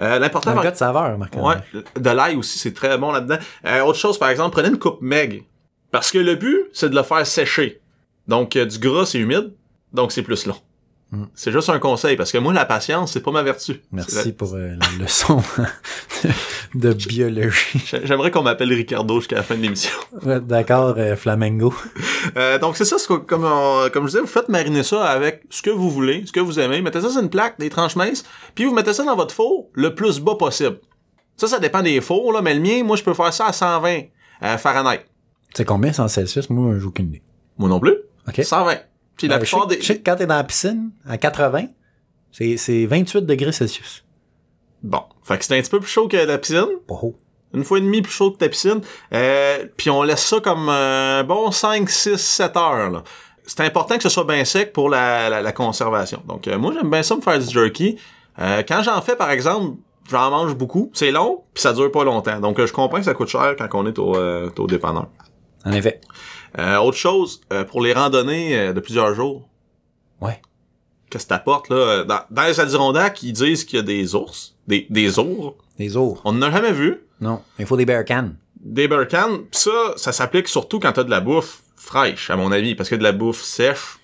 Speaker 2: Euh, L'important,
Speaker 1: Un
Speaker 2: par-
Speaker 1: gars de saveur, Marc.
Speaker 2: Ouais, de l'ail aussi, c'est très bon là-dedans. Euh, autre chose, par exemple, prenez une coupe meg. Parce que le but, c'est de le faire sécher. Donc, euh, du gras, c'est humide. Donc, c'est plus long.
Speaker 1: Mm.
Speaker 2: C'est juste un conseil, parce que moi, la patience, c'est pas ma vertu. C'est
Speaker 1: Merci pour euh, la leçon de, de biologie.
Speaker 2: la- J'a- J'aimerais qu'on m'appelle Ricardo jusqu'à la fin de l'émission.
Speaker 1: Ouais, D'accord, euh, Flamengo.
Speaker 2: Euh, donc, c'est ça, c'est quoi- comme, on- comme je disais, vous faites mariner ça avec ce que vous voulez, ce que vous aimez. Mettez ça sur une plaque, des tranches minces, puis vous mettez ça dans votre four le plus bas possible. Ça, ça dépend des fours, là, mais le mien, moi, je peux faire ça à 120 euh, Fahrenheit.
Speaker 1: C'est combien 100 Celsius? Moi, j'ai aucune idée.
Speaker 2: Moi non plus.
Speaker 1: OK.
Speaker 2: 120. Puis la
Speaker 1: Euh, je sais-
Speaker 2: plupart des...
Speaker 1: je sais que quand t'es dans la piscine, à 80, c'est c'est 28 degrés Celsius.
Speaker 2: Bon, fait que c'est un petit peu plus chaud que la piscine.
Speaker 1: Oh.
Speaker 2: Une fois et demie plus chaud que ta piscine. Euh, puis on laisse ça comme euh, bon 5, 6, 7 heures. là. C'est important que ce soit bien sec pour la, la- la conservation. Donc euh, moi j'aime bien ça me faire du jerky. Euh, quand j'en fais par exemple, j'en mange beaucoup. C'est long, puis ça dure pas longtemps. Donc euh, je comprends que ça coûte cher quand on est au, euh, au dépanneur.
Speaker 1: En effet.
Speaker 2: Euh, autre chose, euh, pour les randonnées euh, de plusieurs jours.
Speaker 1: Ouais.
Speaker 2: Qu'est-ce que t'apportes là? Dans, dans les Adirondacks, ils disent qu'il y a des ours. Des, des ours.
Speaker 1: Des ours.
Speaker 2: On n'en a jamais vu.
Speaker 1: Non. Il faut des bear cans.
Speaker 2: Des burkans, pis ça, ça s'applique surtout quand t'as de la bouffe fraîche, à mon avis, parce que de la bouffe sèche,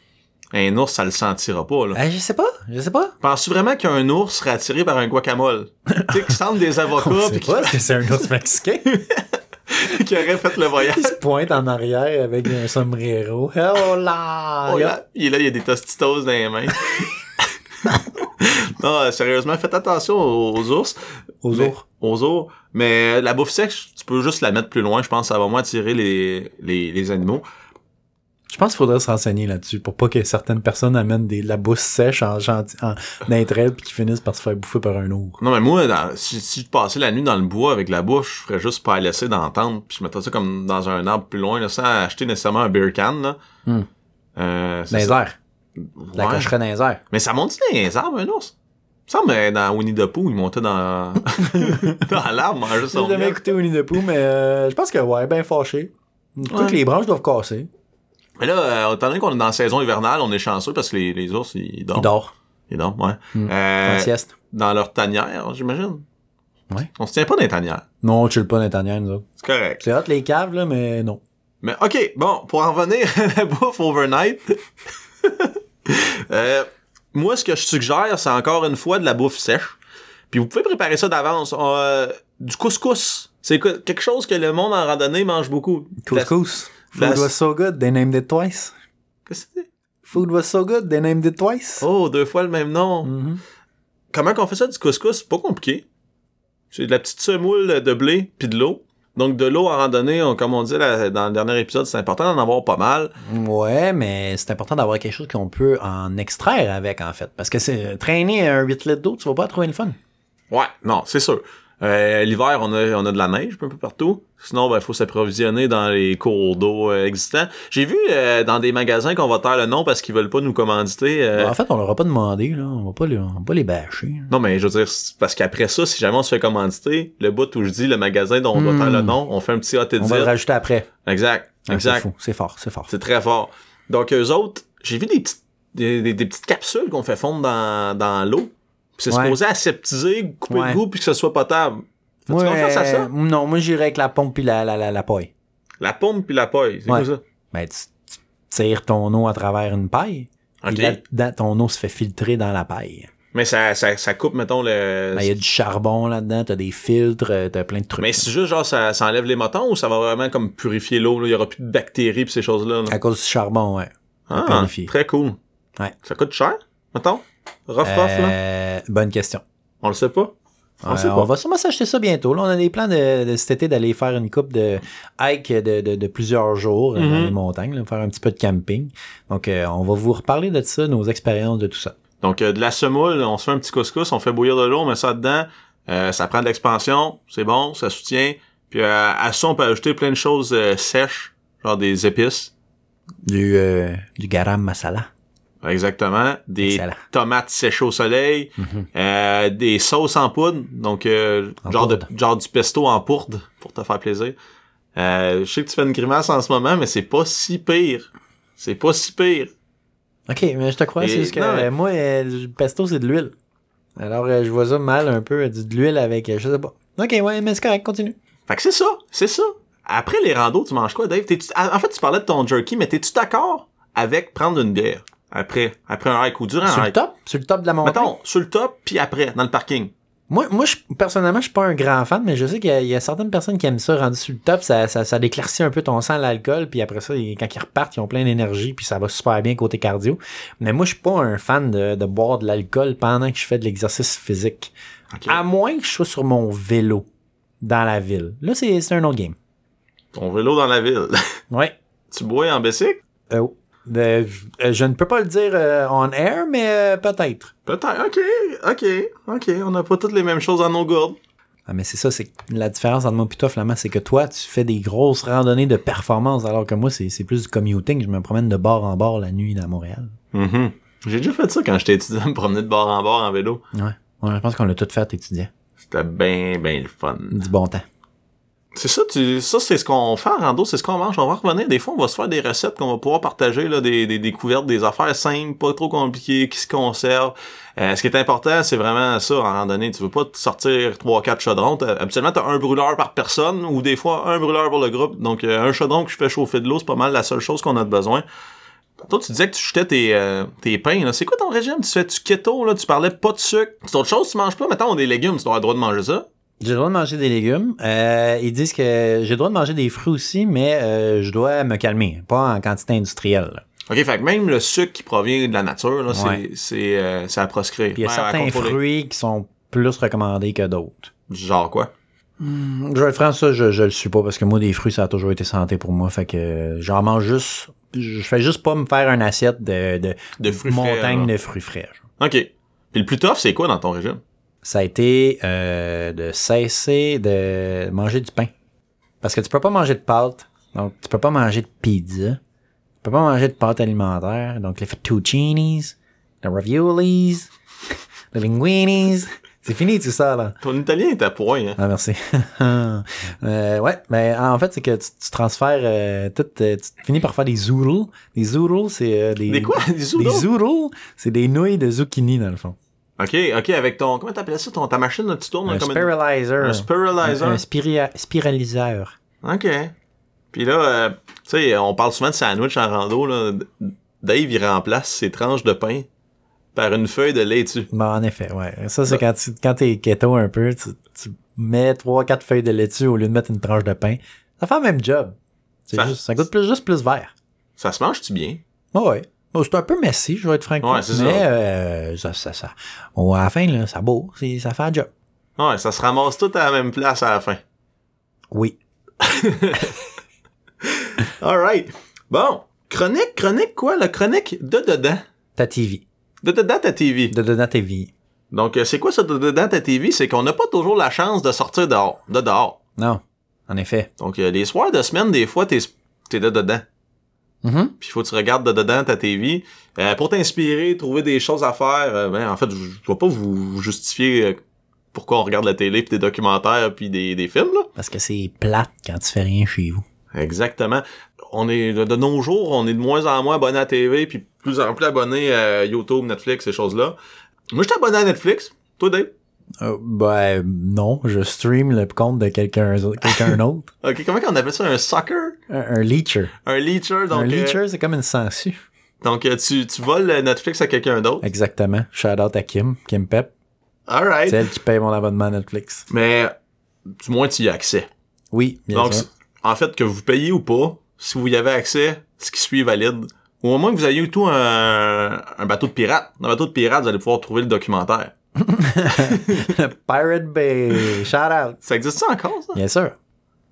Speaker 2: un ours, ça le sentira pas, là.
Speaker 1: Ah, je sais pas. Je sais pas.
Speaker 2: Penses-tu vraiment qu'un ours serait attiré par un guacamole? tu sais, qui sente des avocats, pis
Speaker 1: C'est pas
Speaker 2: qui,
Speaker 1: parce que c'est un ours mexicain.
Speaker 2: qui aurait fait le voyage.
Speaker 1: Il se pointe en arrière avec un sombrero. Oh là!
Speaker 2: Oh là, il est là, il y a des tostitos dans les mains. non, euh, sérieusement, faites attention aux, aux ours.
Speaker 1: Aux
Speaker 2: Mais-
Speaker 1: ours.
Speaker 2: Aux ours. Mais la bouffe sèche, tu peux juste la mettre plus loin, je pense, ça va moins attirer les, les, les animaux.
Speaker 1: Je pense qu'il faudrait se renseigner là-dessus pour pas que certaines personnes amènent des, la bouse sèche en, gentil- en entre elles puis qu'ils finissent par se faire bouffer par un ours.
Speaker 2: Non, mais moi, dans- si, si je passais la nuit dans le bois avec la bouche, je ferais juste pas laisser d'entendre, puis je mettrais ça comme dans un arbre plus loin, là, sans acheter nécessairement un beer can, là.
Speaker 1: Hmm.
Speaker 2: Euh,
Speaker 1: Dans
Speaker 2: c'est
Speaker 1: les
Speaker 2: ça.
Speaker 1: airs. La
Speaker 2: Ouais.
Speaker 1: cocheraie dans les airs.
Speaker 2: Mais ça monte dans les arbres, un ours? Ça me euh, dans Winnie the Pooh, il montait dans, dans l'arbre, mangeait
Speaker 1: J'ai
Speaker 2: son
Speaker 1: jamais
Speaker 2: miel.
Speaker 1: écouté Winnie the Pooh, mais euh, je pense que ouais, ben fâché. Quoi
Speaker 2: Ouais.
Speaker 1: que les branches doivent casser.
Speaker 2: Mais là, euh, étant donné qu'on est dans la saison hivernale, on est chanceux parce que les, les ours, ils
Speaker 1: Ils
Speaker 2: dorment.
Speaker 1: dorment.
Speaker 2: Ils dorment, ouais.
Speaker 1: Hmm.
Speaker 2: Euh,
Speaker 1: en sieste.
Speaker 2: dans leur tanière, j'imagine.
Speaker 1: Ouais.
Speaker 2: On se tient pas dans les tanières.
Speaker 1: Non, on chill pas l'intérieur, nous autres.
Speaker 2: C'est correct.
Speaker 1: C'est hot les caves, là, mais non.
Speaker 2: Mais ok, bon, pour en revenir à la bouffe overnight, euh, moi ce que je suggère, c'est encore une fois de la bouffe sèche. Puis vous pouvez préparer ça d'avance. Euh, du couscous, c'est que- quelque chose que le monde en randonnée mange beaucoup.
Speaker 1: Couscous.
Speaker 2: la-
Speaker 1: Food was so good, they named it twice.
Speaker 2: Qu'est-ce que c'est?
Speaker 1: Food was so good, they named it twice.
Speaker 2: Oh, deux fois le même nom.
Speaker 1: Mhm.
Speaker 2: Comment qu'on fait ça du couscous? C'est pas compliqué. C'est de la petite semoule de blé puis de l'eau. Donc de l'eau en randonnée, on- comme on disait la- dans le dernier épisode, c'est important d'en avoir pas mal.
Speaker 1: Ouais, mais c'est important d'avoir quelque chose qu'on peut en extraire avec, en fait. Parce que c'est euh, traîner un 8 litres d'eau, tu vas pas trouver le fun.
Speaker 2: Ouais, non, c'est sûr. Euh, L'hiver, on a, on a de la neige un peu partout. Sinon, il faut s'approvisionner dans les cours d'eau euh, existants. J'ai vu euh, dans des magasins qu'on va taire le nom parce qu'ils veulent pas nous commanditer. euh,
Speaker 1: En fait, on leur a pas demandé, là. On va pas les, on va pas les bâcher. là.
Speaker 2: Non, mais je veux dire, c'est parce qu'après ça, si jamais on se fait commanditer, le bout où je dis le magasin dont on doit
Speaker 1: Hmm.
Speaker 2: taire le nom, on fait un petit hot
Speaker 1: On va le rajouter après.
Speaker 2: Exact,
Speaker 1: Ah, C'est
Speaker 2: exact.
Speaker 1: fou, c'est fort, c'est fort.
Speaker 2: C'est très fort. Donc, eux autres, j'ai vu des petites, des, des- des petites capsules qu'on fait fondre dans, dans l'eau. Puis C'est
Speaker 1: Ouais.
Speaker 2: supposé aseptiser, couper
Speaker 1: Ouais.
Speaker 2: le goût, puis que ce soit potable. Fais-tu
Speaker 1: Moi,
Speaker 2: confiance à
Speaker 1: euh,
Speaker 2: ça?
Speaker 1: Non, moi, j'irais avec la pompe puis la, la, la, la paille.
Speaker 2: La pomme puis la paille, c'est
Speaker 1: Ouais.
Speaker 2: quoi ça?
Speaker 1: Ben, tu, tu tires ton eau à travers une paille.
Speaker 2: Ok. Euh,
Speaker 1: Puis là-dedans, ton eau se fait filtrer dans la paille.
Speaker 2: Mais ça, ça, ça coupe, mettons, le.
Speaker 1: Ben, Il y a du charbon là-dedans, t'as des filtres, euh, t'as plein de trucs.
Speaker 2: Mais c'est juste genre ça, ça enlève les motons ou ça va vraiment comme purifier l'eau, là? il y aura plus de bactéries pis ces choses-là. là?
Speaker 1: À cause du charbon, ouais.
Speaker 2: Ah,
Speaker 1: purifier.
Speaker 2: très cool.
Speaker 1: Ouais.
Speaker 2: Ça coûte cher, mettons? Rough, rough, là?
Speaker 1: Euh, bonne question.
Speaker 2: On le sait pas. On sait
Speaker 1: Ouais,
Speaker 2: pas.
Speaker 1: on va sûrement s'acheter ça bientôt. Là, on a des plans de, de cet été d'aller faire une coupe de hike de, de- de plusieurs jours euh, dans
Speaker 2: Mhm.
Speaker 1: les montagnes, là, faire un petit peu de camping. Donc, euh, on va vous reparler de ça, nos expériences de tout ça.
Speaker 2: Donc, euh, de la semoule, on se fait un petit couscous, on fait bouillir de l'eau, on met ça dedans, euh, ça prend de l'expansion, c'est bon, ça soutient. Puis euh, à ça, on peut ajouter plein de choses euh, sèches, genre des épices,
Speaker 1: Du, euh, du garam masala.
Speaker 2: exactement, des
Speaker 1: Excellent.
Speaker 2: tomates séchées au soleil, euh, des sauces en poudre, donc euh,
Speaker 1: Mhm. En
Speaker 2: genre, de,
Speaker 1: poudre.
Speaker 2: genre du pesto en pourde, pour te faire plaisir. Euh, je sais que tu fais une grimace en ce moment, mais c'est pas si pire. C'est pas si pire.
Speaker 1: Ok, mais je te crois,
Speaker 2: Et-
Speaker 1: c'est juste que
Speaker 2: non, mais-
Speaker 1: euh, moi, euh, le pesto, c'est de l'huile. Alors, euh, je vois ça mal un peu, euh, du- de l'huile avec, euh, je sais pas. Ok, ouais, mais c'est correct, continue.
Speaker 2: Fait que c'est ça, c'est ça. Après les randos, tu manges quoi, Dave? T'es-tu- en en fait, tu parlais de ton jerky, mais t'es-tu d'accord avec prendre une bière après, après un hike ou durant
Speaker 1: sur
Speaker 2: un
Speaker 1: le
Speaker 2: hike?
Speaker 1: top, sur le top de la montagne.
Speaker 2: Ah, Mettons, sur le top, puis après, dans le parking.
Speaker 1: Moi, moi je, personnellement, je suis pas un grand fan, mais je sais qu'il y, a- il y a certaines personnes qui aiment ça, rendu sur le top, ça, ça, ça déclaircit un peu ton sang à l'alcool, puis après ça, ils- quand ils repartent, ils ont plein d'énergie, puis ça va super bien côté cardio. Mais moi, je suis pas un fan de, de boire de l'alcool pendant que je fais de l'exercice physique.
Speaker 2: Ok.
Speaker 1: À moins que je sois sur mon vélo dans la ville. Là, c'est c'est un autre game.
Speaker 2: Ton vélo dans la ville.
Speaker 1: Ouais.
Speaker 2: tu bois en bicycle?
Speaker 1: Euh, euh, je- euh, je ne peux pas le dire euh, on air, mais euh, peut-être.
Speaker 2: Peut-être. Ok, ok, ok. On n'a pas toutes les mêmes choses dans nos gourdes.
Speaker 1: Ah, mais c'est ça, c'est que la différence entre moi et toi, Flamand, c'est que toi, tu fais des grosses randonnées de performance, alors que moi, c'est c'est plus du commuting. Je me promène de bord en bord la nuit dans Montréal.
Speaker 2: Mhm. J'ai déjà fait ça quand j'étais étudiant, me promener de bord en bord en vélo.
Speaker 1: Ouais, je pense qu'on l'a tout fait, étudiant.
Speaker 2: C'était bien, bien le fun.
Speaker 1: Du bon temps.
Speaker 2: C'est ça, tu, ça c'est ce qu'on fait en rando, c'est ce qu'on mange. On va revenir. Des fois, on va se faire des recettes qu'on va pouvoir partager, là, des, des découvertes, des affaires simples, pas trop compliquées, qui se conservent. Euh, ce qui est important, c'est vraiment ça, en randonnée. Tu veux pas te sortir trois, quatre chaudrons. T'as- habituellement, t'as un brûleur par personne, ou des fois, un brûleur pour le groupe. Donc, euh, un chaudron que je fais chauffer de l'eau, c'est pas mal la seule chose qu'on a de besoin. Toi, tu disais que tu jetais tes, euh, tes pains. là. C'est quoi ton régime? Tu fais-tu keto? Là? Tu parlais pas de sucre. C'est autre chose, tu manges pas? Mettons, des légumes, tu dois avoir le droit de manger ça.
Speaker 1: J'ai le droit de manger des légumes. Euh, ils disent que j'ai le droit de manger des fruits aussi, mais euh, je dois me calmer, pas en quantité industrielle. là.
Speaker 2: OK, fait que même le sucre qui provient de la nature, là,
Speaker 1: Ouais.
Speaker 2: c'est, c'est, euh, c'est à proscrire.
Speaker 1: Puis il y a
Speaker 2: Ouais, à
Speaker 1: certains
Speaker 2: contrôler.
Speaker 1: fruits qui sont plus recommandés que d'autres.
Speaker 2: Genre quoi?
Speaker 1: Je vais être franc, ça, je, je le suis pas parce que moi, des fruits, ça a toujours été santé pour moi. Fait que euh, j'en mange juste. Je fais juste pas me faire une assiette de, de,
Speaker 2: De fruits
Speaker 1: montagne
Speaker 2: frais,
Speaker 1: de fruits frais. genre.
Speaker 2: OK. Puis le plus tough, c'est quoi dans ton régime?
Speaker 1: Ça a été euh, de cesser de manger du pain. Parce que tu peux pas manger de pâtes. Donc, tu peux pas manger de pizza. Tu peux pas manger de pâtes alimentaires. Donc, les fettuccinis, les raviolis, les linguinis. C'est fini tout ça, là.
Speaker 2: Ton italien est à point, hein?
Speaker 1: Ah, merci. Euh, ouais, mais en fait, c'est que tu, tu transfères euh, tout. euh, tu finis par faire des zoodles. Des zoodles, c'est euh, des.
Speaker 2: Des quoi? Des
Speaker 1: Des
Speaker 2: zoodles?
Speaker 1: zoodles, c'est des nouilles de zucchini, dans le fond.
Speaker 2: OK, OK, avec ton... Comment t'appelais ça? Ton, ta machine, là, tu tournes là,
Speaker 1: Un
Speaker 2: comme une-
Speaker 1: spiralizer.
Speaker 2: un spiralizer.
Speaker 1: Un- un spiria- spiraliseur.
Speaker 2: OK. Puis là, euh, tu sais, on parle souvent de sandwich en rando, là. Dave, il remplace ses tranches de pain par une feuille de laitue.
Speaker 1: Bon, Ben, en effet, ouais. Ça, c'est quand tu quand t'es keto un peu, tu, tu mets trois, quatre feuilles de laitue au lieu de mettre une tranche de pain. Ça fait le même job. C'est
Speaker 2: Ça-
Speaker 1: juste- ça goûte plus, juste plus vert.
Speaker 2: Ça se mange-tu bien?
Speaker 1: Ah ouais. Bon, c'est un peu messy, je vais être franc.
Speaker 2: Ouais, c'est ça.
Speaker 1: mais euh, ça, ça, ça- bon, à la fin, là, ça beau, c'est- ça fait un job.
Speaker 2: Ouais, ça se ramasse tout à la même place à la fin.
Speaker 1: Oui.
Speaker 2: Alright. Bon. Chronique, chronique quoi? La chronique de dedans.
Speaker 1: Ta TV.
Speaker 2: De dedans ta TV.
Speaker 1: De dedans ta vie.
Speaker 2: Donc, euh, c'est quoi ça de dedans ta TV? C'est qu'on n'a pas toujours la chance de sortir dehors. De dehors.
Speaker 1: Non. En effet.
Speaker 2: Donc, euh, les soirs de semaine, des fois, t'es, t'es de dedans.
Speaker 1: Mhm.
Speaker 2: Puis, faut que tu regardes de dedans ta TV. Euh, pour t'inspirer, trouver des choses à faire. euh, ben, en fait, je je vais pas vous vous justifier euh, pourquoi on regarde la télé, puis des documentaires, puis des, des films, là.
Speaker 1: Parce que c'est plate quand tu fais rien chez vous.
Speaker 2: Exactement. On est de, de nos jours, on est de moins en moins abonné à TV, puis plus en plus abonné à YouTube, Netflix, ces choses-là. Moi, je suis abonné à Netflix. Toi, Dave.
Speaker 1: Euh, ben, non, je stream le compte de quelqu'un quelqu'un d'autre.
Speaker 2: Ok, comment on appelle ça un soccer,
Speaker 1: Un, un leecher.
Speaker 2: un leecher. Donc,
Speaker 1: un
Speaker 2: euh,
Speaker 1: leecher, c'est comme une sangsue.
Speaker 2: donc euh, tu, tu voles euh, Netflix à quelqu'un d'autre.
Speaker 1: Exactement. Shout out à Kim, Kim Pep. C'est
Speaker 2: Alright.
Speaker 1: elle qui paye mon abonnement à Netflix.
Speaker 2: Mais du moins, tu y as accès.
Speaker 1: Oui, bien
Speaker 2: donc,
Speaker 1: sûr.
Speaker 2: c'est- en fait, que vous payez ou pas, si vous y avez accès, ce qui suit est valide. Ou au moins que vous ayez eu tout un, un bateau de pirate. Dans le bateau de pirate, vous allez pouvoir trouver le documentaire.
Speaker 1: Pirate Bay. Shout out.
Speaker 2: Ça existe ça encore, ça?
Speaker 1: Bien sûr.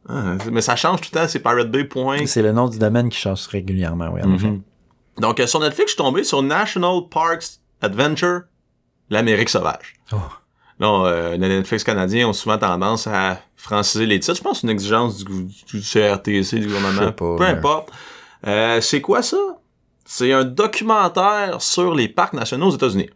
Speaker 2: Ah, mais ça change tout le temps, c'est Pirate Bay. Point.
Speaker 1: C'est le nom du domaine qui change régulièrement, oui, en effet.
Speaker 2: Mhm. Donc, euh, sur Netflix, je suis tombé sur National Parks Adventure, l'Amérique sauvage.
Speaker 1: Oh.
Speaker 2: Non, euh, les Netflix canadiens ont souvent tendance à franciser les titres. Je pense que c'est une exigence du, du CRTC, du
Speaker 1: Je
Speaker 2: gouvernement.
Speaker 1: sais pas,
Speaker 2: Peu
Speaker 1: mais-
Speaker 2: importe. Euh, c'est quoi ça? C'est un documentaire sur les parcs nationaux aux États-Unis.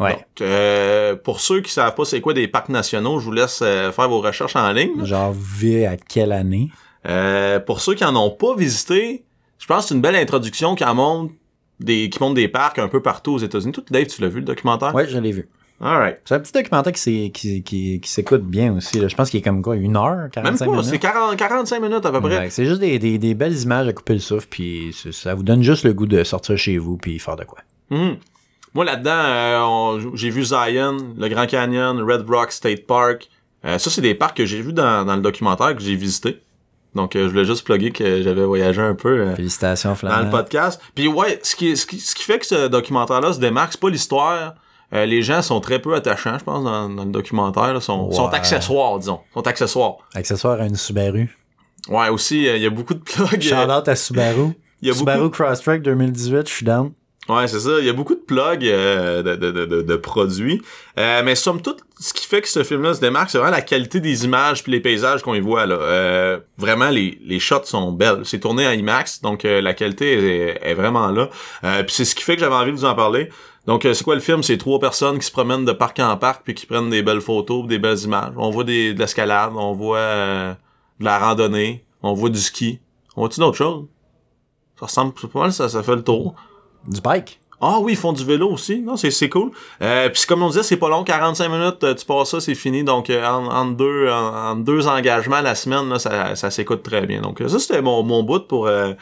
Speaker 1: Ouais.
Speaker 2: Donc, euh, pour ceux qui savent pas c'est quoi des parcs nationaux, je vous laisse euh, faire vos recherches en ligne. là.
Speaker 1: Genre, vous vivez à quelle année?
Speaker 2: Euh, pour ceux qui en ont pas visité, je pense que c'est une belle introduction qui en montre des, qui montre des parcs un peu partout aux États-Unis. Tout Dave, tu l'as vu le documentaire?
Speaker 1: Ouais, je l'ai vu.
Speaker 2: Alright.
Speaker 1: C'est un petit documentaire qui s'est- qui, qui, qui s'écoute bien aussi. là. Je pense qu'il est comme quoi, une heure,
Speaker 2: Même
Speaker 1: 45
Speaker 2: pas, c'est
Speaker 1: minutes.
Speaker 2: 40, 45 minutes à peu près.
Speaker 1: Exact. C'est juste des, des, des belles images à couper le souffle, puis c'est- ça vous donne juste le goût de sortir chez vous puis faire de quoi.
Speaker 2: Mhm. Moi, là-dedans, euh, on- j'ai vu Zion, le Grand Canyon, Red Rock State Park. Euh, ça, c'est des parcs que j'ai vus dans, dans le documentaire que j'ai visité. Donc, euh, je voulais juste plugger que j'avais voyagé un peu euh,
Speaker 1: Félicitations,
Speaker 2: dans le
Speaker 1: Flamand.
Speaker 2: podcast. Puis ouais, ce qui, ce qui, ce qui fait que ce documentaire-là se démarque, c'est pas l'histoire. Euh, les gens sont très peu attachants, je pense, dans, dans le documentaire. Là. Sont,
Speaker 1: Ouais.
Speaker 2: sont accessoires, disons. Sont accessoires.
Speaker 1: Accessoire à une Subaru.
Speaker 2: Ouais, aussi, euh, il y a beaucoup de plugs. euh,
Speaker 1: Shout out à Subaru.
Speaker 2: Il y a
Speaker 1: Subaru
Speaker 2: beaucoup
Speaker 1: Crosstrek 2018, je suis down.
Speaker 2: Ouais, c'est ça. Il y a beaucoup de plugs euh, de, de, de, de- de produits. Euh, mais somme toute, ce qui fait que ce film-là se démarque, c'est vraiment la qualité des images puis les paysages qu'on y voit. Là. Euh, vraiment, les, les shots sont belles. C'est tourné en IMAX, donc euh, la qualité est, est vraiment là. Euh, puis c'est ce qui fait que j'avais envie de vous en parler. Donc, euh, c'est quoi le film? C'est trois personnes qui se promènent de parc en parc puis qui prennent des belles photos, des belles images. On voit des, de l'escalade, on voit euh, de la randonnée, on voit du ski. On voit-tu d'autres choses? Ça ressemble c'est pas mal, ça, ça fait le tour.
Speaker 1: Du bike.
Speaker 2: Ah oui, ils font du vélo aussi. Non, c'est, c'est cool. Euh, puis comme on disait, c'est pas long, 45 minutes, euh, tu passes ça, c'est fini. Donc euh, en, en deux, en, en deux engagements la semaine, là, ça, ça s'écoute très bien. Donc euh, ça, c'était mon, mon bout pour euh,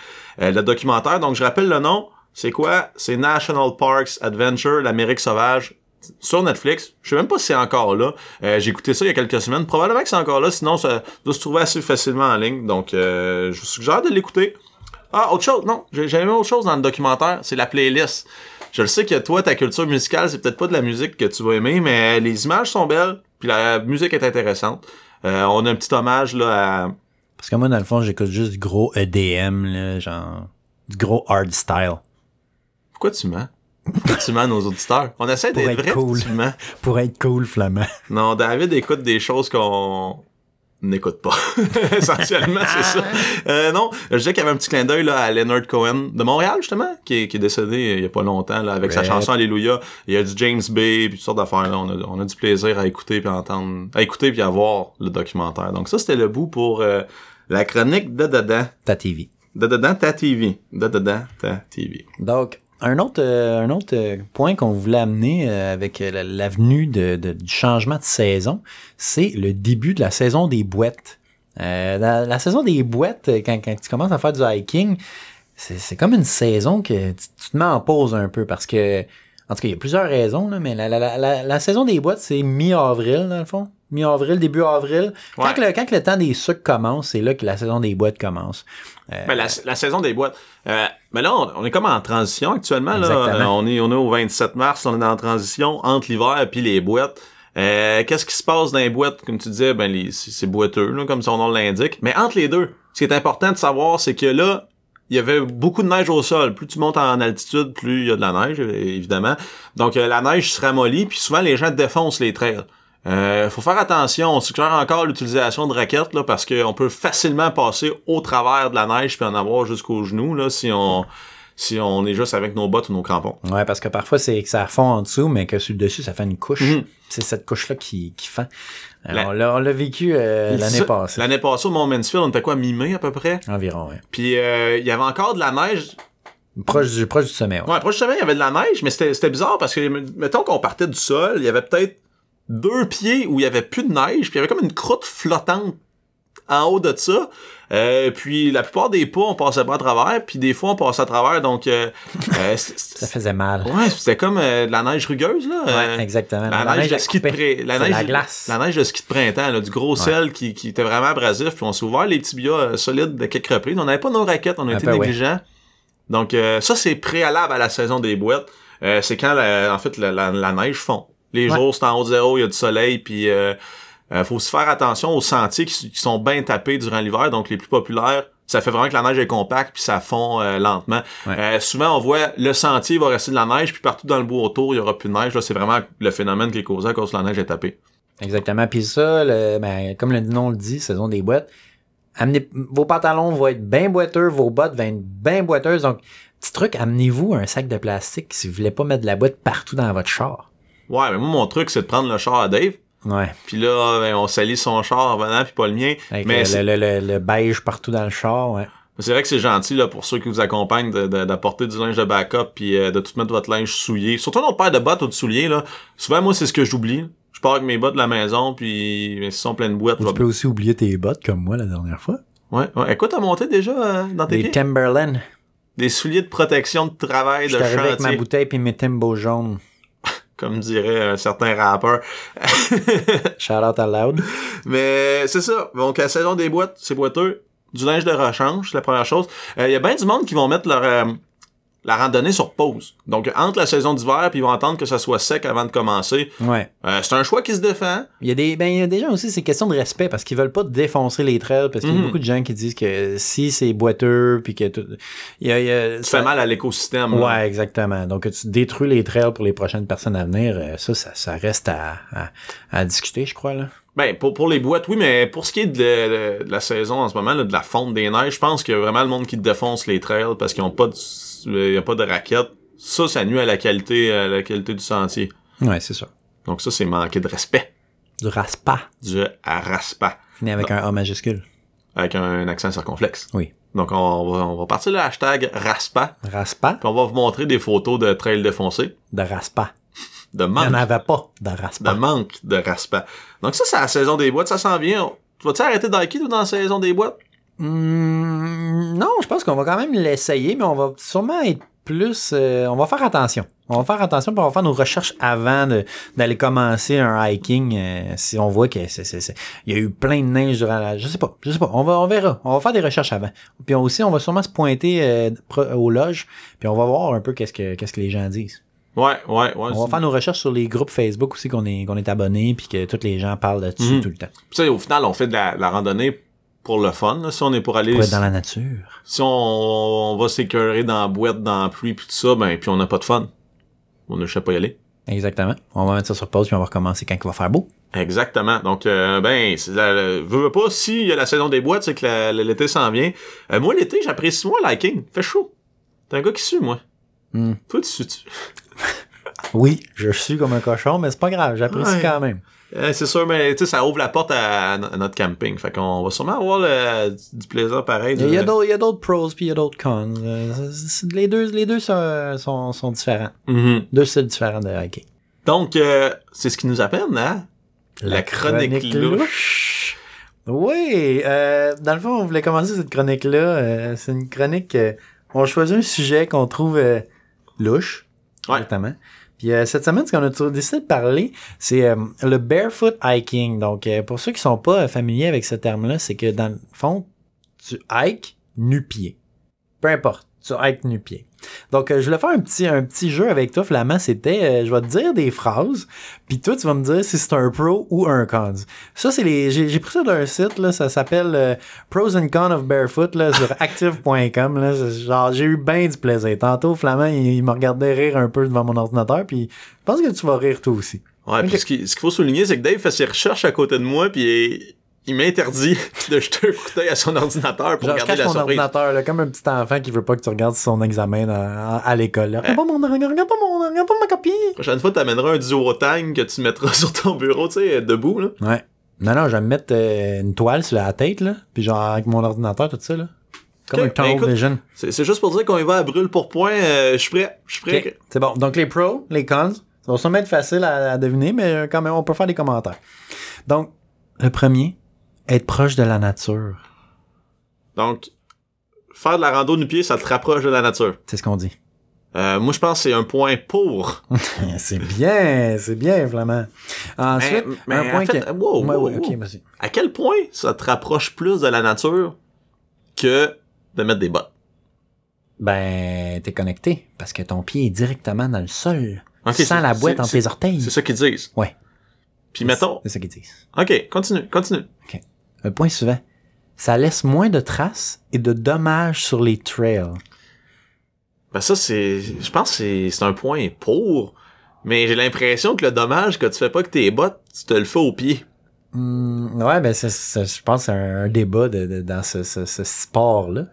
Speaker 2: euh, le documentaire. Donc je rappelle le nom. C'est quoi? C'est National Parks Adventure, l'Amérique sauvage sur Netflix. Je sais même pas si c'est encore là. Euh, j'ai écouté ça il y a quelques semaines. Probablement que c'est encore là, sinon ça doit se trouver assez facilement en ligne. Donc euh, je vous suggère de l'écouter. Ah, autre chose, non, j'ai j'ai aimé autre chose dans le documentaire, c'est la playlist. Je le sais que toi, ta culture musicale, c'est peut-être pas de la musique que tu vas aimer, mais les images sont belles, puis la musique est intéressante. Euh, on a un petit hommage là à...
Speaker 1: Parce que moi, dans le fond, j'écoute juste du gros EDM, là, genre du gros hard style.
Speaker 2: Pourquoi tu mens? Pourquoi tu mens à nos auditeurs? On essaie
Speaker 1: Pour
Speaker 2: d'être
Speaker 1: être
Speaker 2: vrai,
Speaker 1: cool.
Speaker 2: tu mens.
Speaker 1: Pour être cool, Flamand.
Speaker 2: Non, David écoute des choses qu'on n'écoute pas. Essentiellement, c'est ça. Euh, non, je disais qu'il y avait un petit clin d'œil là, à Leonard Cohen de Montréal, justement, qui est, qui est décédé euh, il y a pas longtemps, là, avec sa
Speaker 1: Rip.
Speaker 2: chanson Alléluia. Il y a du James Bay, puis toutes sortes d'affaires. Là. On, a, on a du plaisir à écouter puis à entendre, à écouter puis à voir le documentaire. Donc ça, c'était le bout pour euh, la chronique de dedans.
Speaker 1: Ta TV.
Speaker 2: De dedans, ta TV. De dedans, ta TV.
Speaker 1: Donc, un autre, euh, un autre euh, point qu'on voulait amener euh, avec euh, la- l'avenue de- de- du changement de saison, c'est le début de la saison des boîtes. Euh, la, la saison des boîtes, euh, quand, quand tu commences à faire du hiking, c'est c'est comme une saison que tu, tu te mets en pause un peu parce que, en tout cas, il y a plusieurs raisons, là, mais la, la- la- la- la saison des boîtes, c'est mi-avril, dans le fond. Mi-avril, début avril.
Speaker 2: Ouais.
Speaker 1: Quand, que le, quand que le temps des sucres commence, c'est là que la saison des boîtes commence. Euh,
Speaker 2: Ben, la, la saison des boîtes. Euh, mais là, on, on est comme en transition actuellement. Là.
Speaker 1: Exactement.
Speaker 2: Euh, on, est, on est au 27 mars, on est en transition entre l'hiver et les boîtes. Euh, Qu'est-ce qui se passe dans les boîtes? Comme tu disais, ben, les- c'est c'est boiteux, là, comme son nom l'indique. Mais entre les deux, ce qui est important de savoir, c'est que là, il y avait beaucoup de neige au sol. Plus tu montes en altitude, plus il y a de la neige, euh, évidemment. Donc, euh, la neige se ramollit, puis souvent, les gens défoncent les trails. Euh, faut faire attention, on suggère encore l'utilisation de raquettes là, parce qu'on peut facilement passer au travers de la neige puis en avoir jusqu'aux genoux là, si on si on est juste avec nos bottes ou nos crampons.
Speaker 1: Ouais, parce que parfois, c'est que ça fond en dessous, mais que sur le dessus, ça fait une couche.
Speaker 2: Mhm.
Speaker 1: C'est cette couche-là qui, qui fend. Euh,
Speaker 2: La-
Speaker 1: on l'a- on l'a vécu euh, l'année
Speaker 2: Ça,
Speaker 1: passée.
Speaker 2: L'année passée au Mont Mansfield, on était quoi, mi-mai à peu près?
Speaker 1: Environ, ouais.
Speaker 2: Puis euh, il y avait encore de la neige.
Speaker 1: Proche du, proche du sommet, ouais.
Speaker 2: Ouais, proche du sommet, il y avait de la neige, mais c'était c'était bizarre parce que mettons qu'on partait du sol, il y avait peut-être deux pieds où il y avait plus de neige, puis il y avait comme une croûte flottante en haut de ça. Euh, puis la plupart des pas, on passait pas à travers, puis des fois on passait à travers, donc euh, euh, c'est-
Speaker 1: Ça
Speaker 2: c'est-
Speaker 1: faisait mal.
Speaker 2: ouais, c'était comme euh, de la neige rugueuse là. euh,
Speaker 1: Ouais, exactement.
Speaker 2: la, neige, de
Speaker 1: a
Speaker 2: ski de
Speaker 1: coupé.
Speaker 2: pré- la
Speaker 1: C'est
Speaker 2: neige
Speaker 1: la glace.
Speaker 2: la neige de ski de printemps là, du gros sel qui, qui était vraiment abrasif puis on s'est ouvert les tibias euh, solides de quelques reprises on n'avait pas nos raquettes on a
Speaker 1: Un
Speaker 2: été
Speaker 1: peu, ouais.
Speaker 2: négligents donc euh, ça c'est préalable à la saison des boîtes Euh, c'est quand la- en fait la, la- la neige fond Les
Speaker 1: Ouais.
Speaker 2: jours, c'est en haut de zéro, il y a du soleil, puis euh, euh, faut se faire attention aux sentiers qui, s- qui sont bien tapés durant l'hiver, donc les plus populaires. Ça fait vraiment que la neige est compacte, puis ça fond euh, lentement.
Speaker 1: Ouais.
Speaker 2: Euh, souvent, on voit le sentier il va rester de la neige, puis partout dans le bout autour, il y aura plus de neige. Là, c'est vraiment le phénomène qui est causé à cause de la neige est tapée.
Speaker 1: Exactement. Puis ça, le- ben, comme le nom le dit, saison des boîtes, amenez, vos pantalons vont être bien boiteux, vos bottes vont être bien boiteuses. Donc, petit truc, amenez-vous un sac de plastique si vous voulez pas mettre de la boîte partout dans votre char.
Speaker 2: Ouais, mais moi, mon truc, c'est de prendre le char à Dave,
Speaker 1: Ouais.
Speaker 2: puis là, ben, on salit son char en venant, puis pas le mien.
Speaker 1: Avec
Speaker 2: mais
Speaker 1: le,
Speaker 2: c'est-
Speaker 1: le, le- le beige partout dans le char. Ouais.
Speaker 2: c'est vrai que c'est gentil là, pour ceux qui vous accompagnent de- de- d'apporter du linge de backup, puis euh, de tout mettre votre linge souillé. Surtout notre paire de bottes ou de souliers. Là. Souvent, moi, c'est ce que j'oublie. Je pars avec mes bottes de la maison, puis ben, s'ils sont pleines de boîtes, je
Speaker 1: Ou tu
Speaker 2: vais- Ah,
Speaker 1: peux aussi oublier tes bottes comme moi la dernière fois.
Speaker 2: Ouais, ouais. Écoute, t'as monté déjà euh, dans tes
Speaker 1: Des
Speaker 2: pieds?
Speaker 1: Timberland.
Speaker 2: Des souliers de protection de travail,
Speaker 1: Je
Speaker 2: de
Speaker 1: arrivé avec ma
Speaker 2: chantier,
Speaker 1: bouteille et mes Timbo jaunes.
Speaker 2: comme dirait un certain rappeur.
Speaker 1: Shout out aloud.
Speaker 2: Mais c'est ça. Donc, la saison des boîtes, c'est boiteux. Du linge de rechange, c'est la première chose. Il y a bien du monde qui vont mettre leur euh, la randonnée sur pause. Donc, entre la saison d'hiver, puis ils vont attendre que ça soit sec avant de commencer.
Speaker 1: Ouais.
Speaker 2: Euh, c'est un choix qui se défend.
Speaker 1: Il y a des, ben, il y a des gens aussi, c'est question de respect parce qu'ils veulent pas défoncer les trails parce qu'il y a
Speaker 2: Mhm.
Speaker 1: beaucoup de gens qui disent que si c'est boiteux puis que tout, il y a, il y a-
Speaker 2: Ça
Speaker 1: ça-
Speaker 2: fait mal hein? à l'écosystème. là.
Speaker 1: Ouais, exactement. Donc, que tu détruis les trails pour les prochaines personnes à venir, euh, ça, ça, ça reste à, à, à discuter, je crois, là.
Speaker 2: Ben, pour, pour les boîtes, oui, mais pour ce qui est de, de- de la saison en ce moment, là, de la fonte des neiges, je pense qu'il y a vraiment le monde qui défonce les trails parce qu'ils ont pas de, euh, il y a pas de raquettes. Ça, ça nuit à la qualité, à la qualité du sentier.
Speaker 1: Ouais, c'est ça.
Speaker 2: Donc ça, c'est manquer de respect
Speaker 1: Du raspa,
Speaker 2: du haraspa.
Speaker 1: fini avec un A majuscule.
Speaker 2: avec un accent circonflexe.
Speaker 1: Oui.
Speaker 2: Donc on va, on va partir le hashtag RASPA,
Speaker 1: Raspa,
Speaker 2: puis on va vous montrer des photos de trails défoncés,
Speaker 1: de raspa.
Speaker 2: de
Speaker 1: Il n'y en
Speaker 2: manque,
Speaker 1: avait pas de
Speaker 2: de
Speaker 1: raspa.
Speaker 2: manque de RASPA. Donc ça, c'est la saison des boîtes, ça s'en vient. Tu vas-tu arrêter d'hiker toi, dans la saison des boîtes?
Speaker 1: Hmm, non, je pense qu'on va quand même l'essayer, mais on va sûrement être plus. euh, on va faire attention. On va faire attention pour on va faire nos recherches avant de- d'aller commencer un hiking. euh, si on voit que c'est, c'est- c'est- il y a eu plein de neige durant la. Je sais pas, je sais pas. On va, on verra. On va faire des recherches avant. Puis on- aussi, on va sûrement se pointer euh, pro- aux loges. Puis on va voir un peu qu'est-ce que qu'est-ce que les gens disent.
Speaker 2: Ouais, ouais, ouais.
Speaker 1: On va
Speaker 2: c'est-
Speaker 1: faire nos recherches sur les groupes Facebook aussi qu'on est qu'on est abonné puis que toutes les gens parlent là-dessus
Speaker 2: Mhm.
Speaker 1: tout le temps.
Speaker 2: Puis ça, au final, on fait de la, de la randonnée pour le fun. là. Si on est pour aller...
Speaker 1: Pour être dans la nature.
Speaker 2: Si on, on va s'écœurer dans la boîte, dans la pluie, puis tout ça, ben, puis on n'a pas de fun. On ne sait pas y aller.
Speaker 1: Exactement. On va mettre ça sur pause puis on va recommencer quand il va faire beau.
Speaker 2: Exactement. Donc, euh, ben, c'est la- la- veux, veux pas, s'il y a la saison des boîtes, c'est que la- la- l'été s'en vient. Euh, moi, l'été, j'apprécie moins le hiking. Fait chaud. T'es un gars qui sue, moi.
Speaker 1: Hmm.
Speaker 2: Toi, tu sues-tu?
Speaker 1: Oui, je suis comme un cochon, mais c'est pas grave, j'apprécie
Speaker 2: Ouais.
Speaker 1: quand même.
Speaker 2: Euh, c'est sûr, mais tu sais, ça ouvre la porte à, à notre camping. Fait qu'on va sûrement avoir le- du- du plaisir pareil.
Speaker 1: Il y a- il y a
Speaker 2: Du-
Speaker 1: d'autres il y a d'autres pros puis il y a d'autres cons. Euh, c'est- c'est- Les deux, les deux sont, sont, sont différents.
Speaker 2: Mhm.
Speaker 1: Deux styles différents de hockey.
Speaker 2: Donc, euh, c'est ce qui nous appelle, hein? La chronique
Speaker 1: louche. Oui, euh, dans le fond, on voulait commencer cette chronique-là. euh, c'est une chronique. euh, on choisit un sujet qu'on trouve euh, louche,
Speaker 2: Ouais.
Speaker 1: exactement. Puis euh, cette semaine, ce qu'on a t- décidé de parler, c'est euh, le barefoot hiking. Donc, euh, pour ceux qui sont pas euh, familiers avec ce terme-là, c'est que dans le fond, tu hikes nu-pied. Peu importe, tu hikes nu-pied. Donc, euh, je voulais faire un petit, un petit jeu avec toi, Flamand. C'était, euh, je vais te dire des phrases, puis toi, tu vas me dire si c'est un pro ou un cons. Ça, c'est les. J'ai j'ai pris ça d'un site, là, ça s'appelle euh, Pros and Cons of Barefoot là, sur active.com. là. C'est Genre, j'ai eu bien du plaisir. Tantôt, Flamand, il, il me regardait rire un peu devant mon ordinateur, puis je pense que tu vas rire toi aussi.
Speaker 2: Ouais, puis
Speaker 1: Ok.
Speaker 2: ce qui- ce qu'il faut souligner, c'est que Dave fait ses recherches à côté de moi, puis il m'interdit de jeter un coup d'œil à son ordinateur pour
Speaker 1: Genre, je
Speaker 2: regarder
Speaker 1: cache
Speaker 2: la
Speaker 1: mon
Speaker 2: surprise.
Speaker 1: ordinateur, là, comme un petit enfant qui veut pas que tu regardes son examen dans- à l'école. là. Regarde pas mon regarde pas mon regarde pas ma copie.
Speaker 2: prochaine fois, t'amèneras un duotang que tu mettras sur ton bureau, tu sais, euh, debout, là.
Speaker 1: Ouais. Non, non, je vais me mettre euh, une toile sur la tête, là, puis genre avec mon ordinateur, tout ça, là. Comme
Speaker 2: Ok,
Speaker 1: un tunnel
Speaker 2: ben écoute,
Speaker 1: vision.
Speaker 2: C'est c'est juste pour dire qu'on y va à brûle pour point. euh, je suis prêt. Je suis prêt.
Speaker 1: Ok, C'est bon. Donc, les pros, les cons, ça va sûrement être facile à, à deviner, mais euh, quand même, on peut faire des commentaires. Donc, le premier, être proche de la nature.
Speaker 2: Donc, faire de la rando du pied, ça te rapproche de la nature.
Speaker 1: C'est ce qu'on dit.
Speaker 2: Euh, moi, je pense que c'est un point pour.
Speaker 1: c'est bien, c'est bien, Flamand. Ensuite,
Speaker 2: Mais- mais
Speaker 1: un point
Speaker 2: en fait,
Speaker 1: que-
Speaker 2: wow,
Speaker 1: Ouais,
Speaker 2: wow,
Speaker 1: ouais, ok,
Speaker 2: wow.
Speaker 1: vas-y.
Speaker 2: À quel point ça te rapproche plus de la nature que de mettre des bottes?
Speaker 1: Ben, t'es connecté, parce que ton pied est directement dans le sol.
Speaker 2: Ok,
Speaker 1: sans
Speaker 2: c'est-
Speaker 1: la boîte
Speaker 2: c'est-
Speaker 1: entre tes orteils.
Speaker 2: C'est ça qu'ils disent.
Speaker 1: Ouais.
Speaker 2: Puis mettons.
Speaker 1: C'est ça qu'ils disent.
Speaker 2: Ok, continue, continue.
Speaker 1: Le point suivant. Ça laisse moins de traces et de dommages sur les trails.
Speaker 2: Ben ça, c'est. Je pense que c'est- c'est un point pour. Mais j'ai l'impression que le dommage que tu fais pas que tes bottes, tu te le fais au pied.
Speaker 1: Hmm, ouais, ben c'est- c'est- je pense que c'est un, un débat de- de- dans ce, ce- ce sport-là.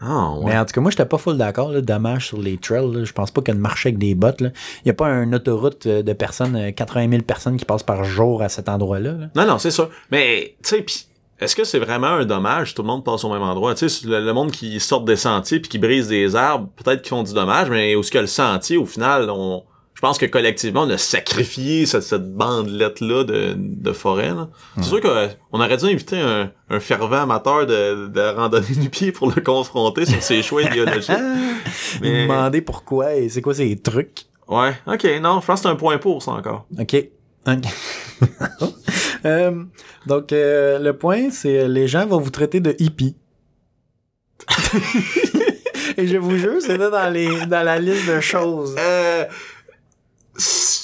Speaker 2: Ah
Speaker 1: Mais en tout cas, moi, j'étais pas full d'accord. là, Dommage sur les trails. là. Je pense pas qu'une marche avec des bottes. Il n'y a pas une autoroute euh, de personnes, euh, 80 000 personnes qui passent par jour à cet endroit-là. là.
Speaker 2: Non, non, c'est sûr. Mais, tu sais, pis, est-ce que c'est vraiment un dommage si tout le monde passe au même endroit? Tu sais, le, le monde qui sort des sentiers puis qui brise des arbres, peut-être qu'ils font du dommage, mais où ce que le sentier, au final, on... Je pense que collectivement, on a sacrifié cette, cette bandelette-là de, de forêt. là. C'est sûr qu'on aurait dû inviter un, un fervent amateur de, de randonnée du pied pour le confronter sur ses choix idéologiques.
Speaker 1: Ils me
Speaker 2: Mais-
Speaker 1: demandaient pourquoi et c'est quoi ces trucs.
Speaker 2: Ouais, ok, non, je pense que c'est un point pour ça encore.
Speaker 1: OK. OK. Euh, donc, euh, le point, c'est euh, les gens vont vous traiter de hippie. et je vous jure, c'était dans, les, dans la liste de choses.
Speaker 2: Euh, c'est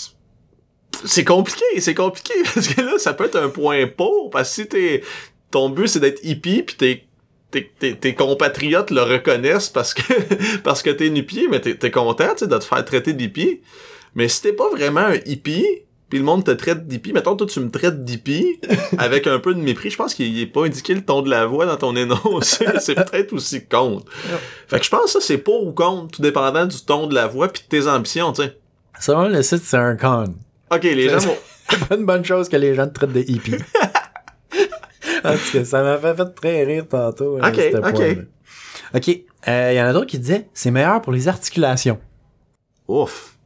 Speaker 2: c'est compliqué, c'est compliqué parce que là, ça peut être un point pour parce que si t'es ton but c'est d'être hippie puis t'es tes, tes, tes compatriotes le reconnaissent parce que parce que t'es nu-pied, mais t'es t'es content tu sais, de te faire traiter d'hippie. Mais si t'es pas vraiment un hippie, puis le monde te traite d'hippie, mettons toi tu me traites d'hippie avec un peu de mépris, je pense qu'il est pas indiqué le ton de la voix dans ton énoncé, c'est peut-être aussi contre. Fait que je pense que ça c'est pour ou contre, tout dépendant du ton de la voix puis de tes ambitions, tu sais.
Speaker 1: Selon le site, c'est un con.
Speaker 2: Ok, les gens vont...
Speaker 1: C'est pas une bonne chose que les gens te traitent de hippie. en tout cas, ça m'a fait, fait très rire tantôt. hein,
Speaker 2: Ok,
Speaker 1: ce
Speaker 2: ok.
Speaker 1: point-là. OK. Euh, Il y en a d'autres qui disaient c'est meilleur pour les articulations.
Speaker 2: Ouf.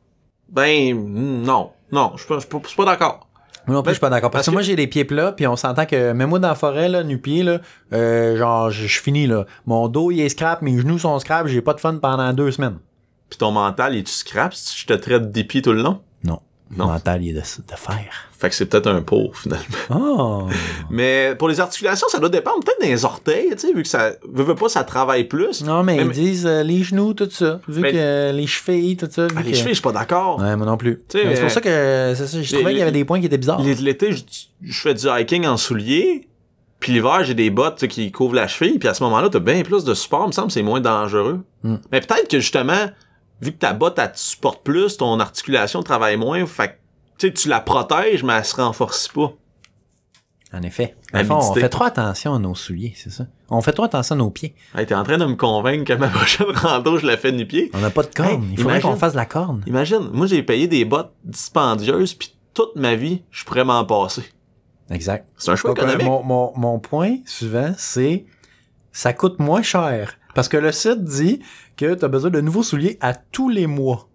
Speaker 2: Ben, mm, non. Non, je suis pas, je suis pas- je suis pas d'accord.
Speaker 1: Moi non plus,
Speaker 2: Ben,
Speaker 1: je suis pas d'accord. Parce
Speaker 2: parce
Speaker 1: que,
Speaker 2: que-
Speaker 1: moi, j'ai les pieds plats, puis on s'entend que même moi dans la forêt, là, nu-pied, là, euh, genre, je je finis, là. Mon dos, il est scrap, mes genoux sont scrap, j'ai pas de fun pendant deux semaines.
Speaker 2: Puis ton mental, est tu scrap si je te traite d'hippie tout le long?
Speaker 1: Non.
Speaker 2: Non.
Speaker 1: Mon mental, il est de, de fer.
Speaker 2: Fait que c'est peut-être un pour, finalement.
Speaker 1: Oh!
Speaker 2: Mais pour les articulations, ça doit dépendre peut-être des orteils, tu sais, vu que ça... Veut, veut pas, ça travaille plus.
Speaker 1: non, mais, ils
Speaker 2: mais-
Speaker 1: disent euh, les genoux, tout ça. Vu
Speaker 2: Mais-
Speaker 1: que euh, les chevilles, tout ça. vu
Speaker 2: Ah, les
Speaker 1: que-
Speaker 2: chevilles, je suis pas d'accord.
Speaker 1: Ouais, moi non plus.
Speaker 2: Tu sais,
Speaker 1: Mais C'est
Speaker 2: euh,
Speaker 1: pour ça que, c'est ça, je
Speaker 2: les-
Speaker 1: trouvais qu'il y avait
Speaker 2: les-
Speaker 1: des points qui étaient bizarres.
Speaker 2: L- L'été, je je fais du hiking en souliers. Puis l'hiver, j'ai des bottes tu sais, qui couvrent la cheville. Puis à ce moment-là, t'as bien plus de support. Il me semble que c'est moins dangereux.
Speaker 1: Hmm.
Speaker 2: Mais peut-être que justement, vu que ta botte, elle te supporte plus, ton articulation travaille moins. Fait que, tu sais, tu la protèges, mais elle se renforce pas.
Speaker 1: En effet.
Speaker 2: La
Speaker 1: Enfin, on
Speaker 2: nudité.
Speaker 1: fait trop attention à nos souliers, c'est ça. On fait trop attention à nos pieds.
Speaker 2: Hey, t'es en train de me convaincre que ma prochaine rando, je la fais du pied.
Speaker 1: On n'a pas de corne.
Speaker 2: Hey,
Speaker 1: il faudrait
Speaker 2: imagine.
Speaker 1: qu'on fasse de la corne.
Speaker 2: Imagine, moi, j'ai payé des bottes dispendieuses. Puis toute ma vie, je pourrais m'en passer.
Speaker 1: Exact.
Speaker 2: C'est un choix
Speaker 1: Donc, euh,
Speaker 2: économique.
Speaker 1: mon, mon, mon point suivant, c'est ça coûte moins cher. Parce que le site dit que tu as besoin de nouveaux souliers à tous les mois.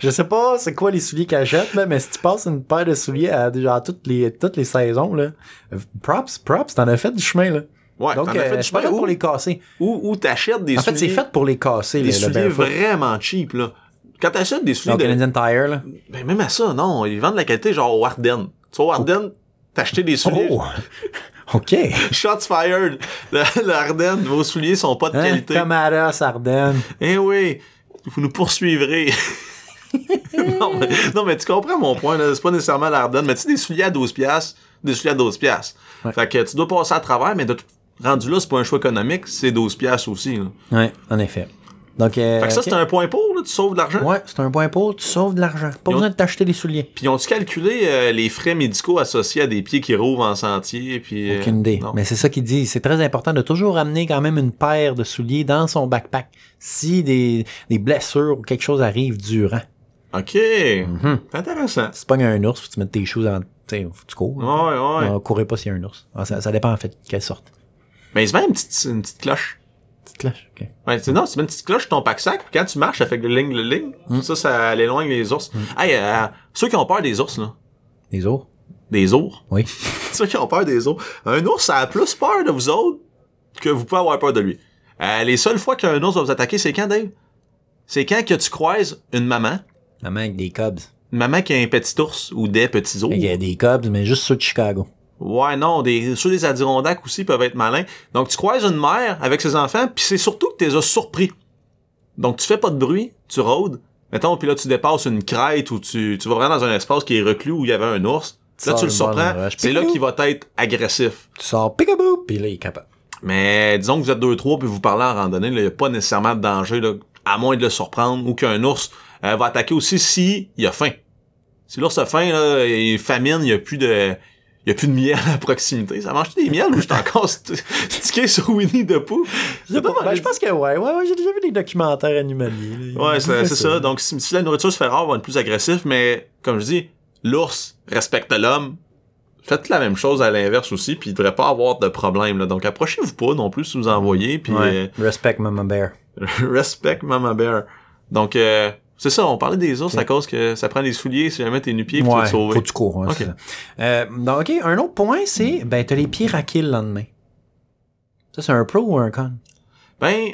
Speaker 1: Je sais pas c'est quoi les souliers qu'elle jette, là, mais si tu passes une paire de souliers à, genre, toutes, les, toutes les saisons, là, euh, props, props, t'en as fait du chemin. Là.
Speaker 2: Ouais,
Speaker 1: Donc,
Speaker 2: Ah, t'en as
Speaker 1: euh,
Speaker 2: fait du
Speaker 1: c'est pas fait
Speaker 2: chemin
Speaker 1: pour
Speaker 2: ou,
Speaker 1: les casser.
Speaker 2: ou, ou t'achètes des
Speaker 1: en fait, c'est
Speaker 2: souliers.
Speaker 1: fait pour les casser.
Speaker 2: des
Speaker 1: le- le
Speaker 2: souliers
Speaker 1: barefoot.
Speaker 2: vraiment cheap, là. Quand t'achètes des souliers
Speaker 1: Genre
Speaker 2: de...
Speaker 1: Canadian Tire. Là.
Speaker 2: Ben, même à ça, non. Ils vendent de la qualité genre au Warden. Tu vois, Warden, t'as acheté des souliers...
Speaker 1: Oh! OK.
Speaker 2: Shots fired! Le, le Ardennes, vos souliers sont pas de
Speaker 1: Hein?
Speaker 2: qualité.
Speaker 1: Camara, Sardaigne.
Speaker 2: Eh oui! Vous nous poursuivrez. non, mais, non, mais tu comprends mon point, là. C'est pas nécessairement l'Ardenne, mais tu sais, des souliers à 12 piastres, des souliers à 12 piastres.
Speaker 1: Ouais.
Speaker 2: Fait que tu dois passer à travers, mais de tout- rendu là, c'est pas un choix économique, c'est 12 piastres aussi, là.
Speaker 1: Ouais, en effet. Donc, euh,
Speaker 2: Fait que ça,
Speaker 1: ok.
Speaker 2: c'est un point pour, là. Tu sauves de l'argent.
Speaker 1: Ouais, c'est un point pour, tu sauves de l'argent. Pas
Speaker 2: Ils ont-
Speaker 1: besoin de t'acheter des souliers.
Speaker 2: Puis ont-tu calculé euh, les frais médicaux associés à des pieds qui rouvent en sentier? Puis, euh,
Speaker 1: Aucune idée.
Speaker 2: non.
Speaker 1: Mais c'est ça qu'il dit. C'est très important de toujours amener quand même une paire de souliers dans son backpack si des, des blessures ou quelque chose arrive durant.
Speaker 2: OK.
Speaker 1: Mhm.
Speaker 2: C'est Intéressant.
Speaker 1: Si tu pognes un ours, faut que tu mettes tes choses dans. Tu sais, faut que tu cours.
Speaker 2: Ouais, ouais.
Speaker 1: Non, courez pas s'il y a un ours. Ah, ça, ça dépend en fait de quelle sorte.
Speaker 2: Mais il se met une petite, une petite cloche.
Speaker 1: Petite cloche. ok.
Speaker 2: Ouais, tu sais, non, tu mets une petite cloche sur ton pack-sac, puis quand tu marches, ça fait que le ligne, le ligne.
Speaker 1: Mm.
Speaker 2: Ça, ça l'éloigne les ours. Hey, euh, ceux qui ont peur des ours, là.
Speaker 1: Des ours?
Speaker 2: Des ours.
Speaker 1: Oui.
Speaker 2: ceux qui ont peur des ours. Un ours, ça a plus peur de vous autres que vous pouvez avoir peur de lui. Euh, les seules fois qu'un ours va vous attaquer, c'est quand, Dave? C'est quand que tu croises une maman,
Speaker 1: Maman avec des cubs.
Speaker 2: une maman qui a un petit ours ou des petits ours.
Speaker 1: Il y a des cubs, mais juste ceux de Chicago.
Speaker 2: Ouais, non, des, ceux des Adirondacks aussi peuvent être malins. Donc, tu croises une mère avec ses enfants, puis c'est surtout que tu les as surpris. Donc, tu fais pas de bruit, tu rôdes, Mettons, puis là, tu dépasses une crête ou tu, tu vas vraiment dans un espace qui est reclus où il y avait un ours.
Speaker 1: Tu
Speaker 2: Là,
Speaker 1: sors
Speaker 2: tu le
Speaker 1: une bonne
Speaker 2: surprends.
Speaker 1: rush.
Speaker 2: C'est là
Speaker 1: Piou.
Speaker 2: qu'il va être agressif.
Speaker 1: Tu sors peekaboo, puis là, il est capable.
Speaker 2: Mais disons que vous êtes deux, trois, puis vous parlez en randonnée, il n'y a pas nécessairement de danger, là, à moins de le surprendre, ou qu'un ours euh, va attaquer aussi si il a faim. Si l'ours a faim, là, il famine, il n'y a plus de. Il y a plus de miel à proximité. Ça mange-tu des miels ou je suis encore st- stické sur Winnie the Pooh? C'est pas mal.
Speaker 1: Ben, je pense que ouais, ouais, ouais, j'ai déjà vu des documentaires animaliers. là. Ils
Speaker 2: Ouais,
Speaker 1: bouffaient
Speaker 2: c'est c'est ça. Donc, si, si la nourriture se fait rare, on va être plus agressif, mais comme je dis, l'ours respecte l'homme. Faites la même chose à l'inverse aussi, puis il devrait pas avoir de problème. Là. Donc, approchez-vous pas non plus si vous envoyez, puis
Speaker 1: Ouais. Respect Mama Bear.
Speaker 2: euh, respect Mama Bear. Donc, euh, c'est ça, on parlait des ours
Speaker 1: Ok.
Speaker 2: à cause que ça prend des souliers si jamais t'es nu-pied, puis tu vas
Speaker 1: Ouais,
Speaker 2: te sauver.
Speaker 1: faut que tu cours. hein,
Speaker 2: Ok. Hmm.
Speaker 1: c'est ça. Euh, donc, OK, un autre point, c'est, ben, t'as les pieds raqués le lendemain. Ça, c'est un pro ou un con?
Speaker 2: Ben,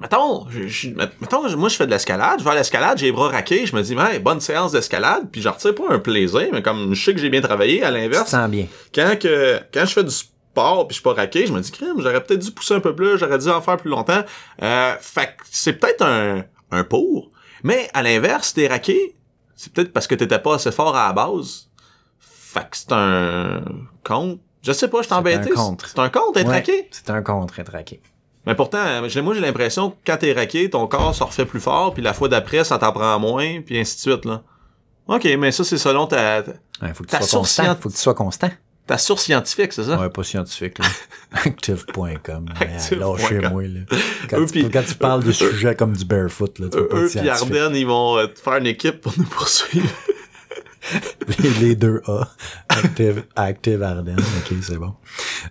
Speaker 2: mettons, je, je- mettons, moi je fais de l'escalade, je vais à l'escalade, j'ai les bras raqués, je me dis, ben, bonne séance d'escalade, puis j'en retire pas un plaisir, mais comme je sais que j'ai bien travaillé, à
Speaker 1: Tu te
Speaker 2: l'inverse,
Speaker 1: sens bien.
Speaker 2: quand que quand je fais du sport puis je suis pas raqué, je me dis crime, j'aurais peut-être dû pousser un peu plus, j'aurais dû en faire plus longtemps. Euh, fait que c'est peut-être un un pour, mais à l'inverse, t'es raqué, c'est peut-être parce que t'étais pas assez fort à la base. Fait que c'est un contre. Je sais pas, je t'embêtais.
Speaker 1: un contre.
Speaker 2: C'est un contre, être
Speaker 1: Ouais,
Speaker 2: raqué.
Speaker 1: C'est un con, très raqué.
Speaker 2: Mais pourtant, euh, j'ai- moi j'ai l'impression que quand t'es raqué, ton corps se refait plus fort, puis la fois d'après, ça t'en prend moins, puis ainsi de suite là. Ok, mais ça c'est selon ta ta-
Speaker 1: Ouais, faut que
Speaker 2: Ta
Speaker 1: tu sois
Speaker 2: source
Speaker 1: constant.
Speaker 2: scient-
Speaker 1: Faut que tu sois constant.
Speaker 2: ta source scientifique, c'est ça?
Speaker 1: Ouais, pas scientifique, là. Active.com.
Speaker 2: Active point com.
Speaker 1: Lâchez-moi, là. Quand,
Speaker 2: Eux,
Speaker 1: tu,
Speaker 2: puis-
Speaker 1: quand tu parles de sujets comme du barefoot, là, tu peux
Speaker 2: Eux,
Speaker 1: pas
Speaker 2: eux
Speaker 1: être
Speaker 2: puis
Speaker 1: scientifique.
Speaker 2: Arden, ils vont euh, faire une équipe pour nous poursuivre.
Speaker 1: les, les deux A. Active, Active Arden. OK, c'est bon.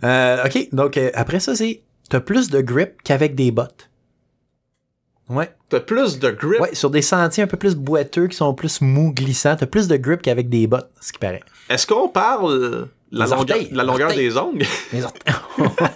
Speaker 1: Euh, OK, donc euh, après ça, c'est t'as plus de grip qu'avec des bottes. Ouais.
Speaker 2: T'as plus de grip.
Speaker 1: Ouais, sur des sentiers un peu plus boiteux, qui sont plus mous, glissants, t'as plus de grip qu'avec des bottes, ce qui paraît.
Speaker 2: Est-ce qu'on parle euh, la
Speaker 1: Les
Speaker 2: longueur,
Speaker 1: orteils,
Speaker 2: la longueur
Speaker 1: orteils.
Speaker 2: des ongles?
Speaker 1: Les orteils.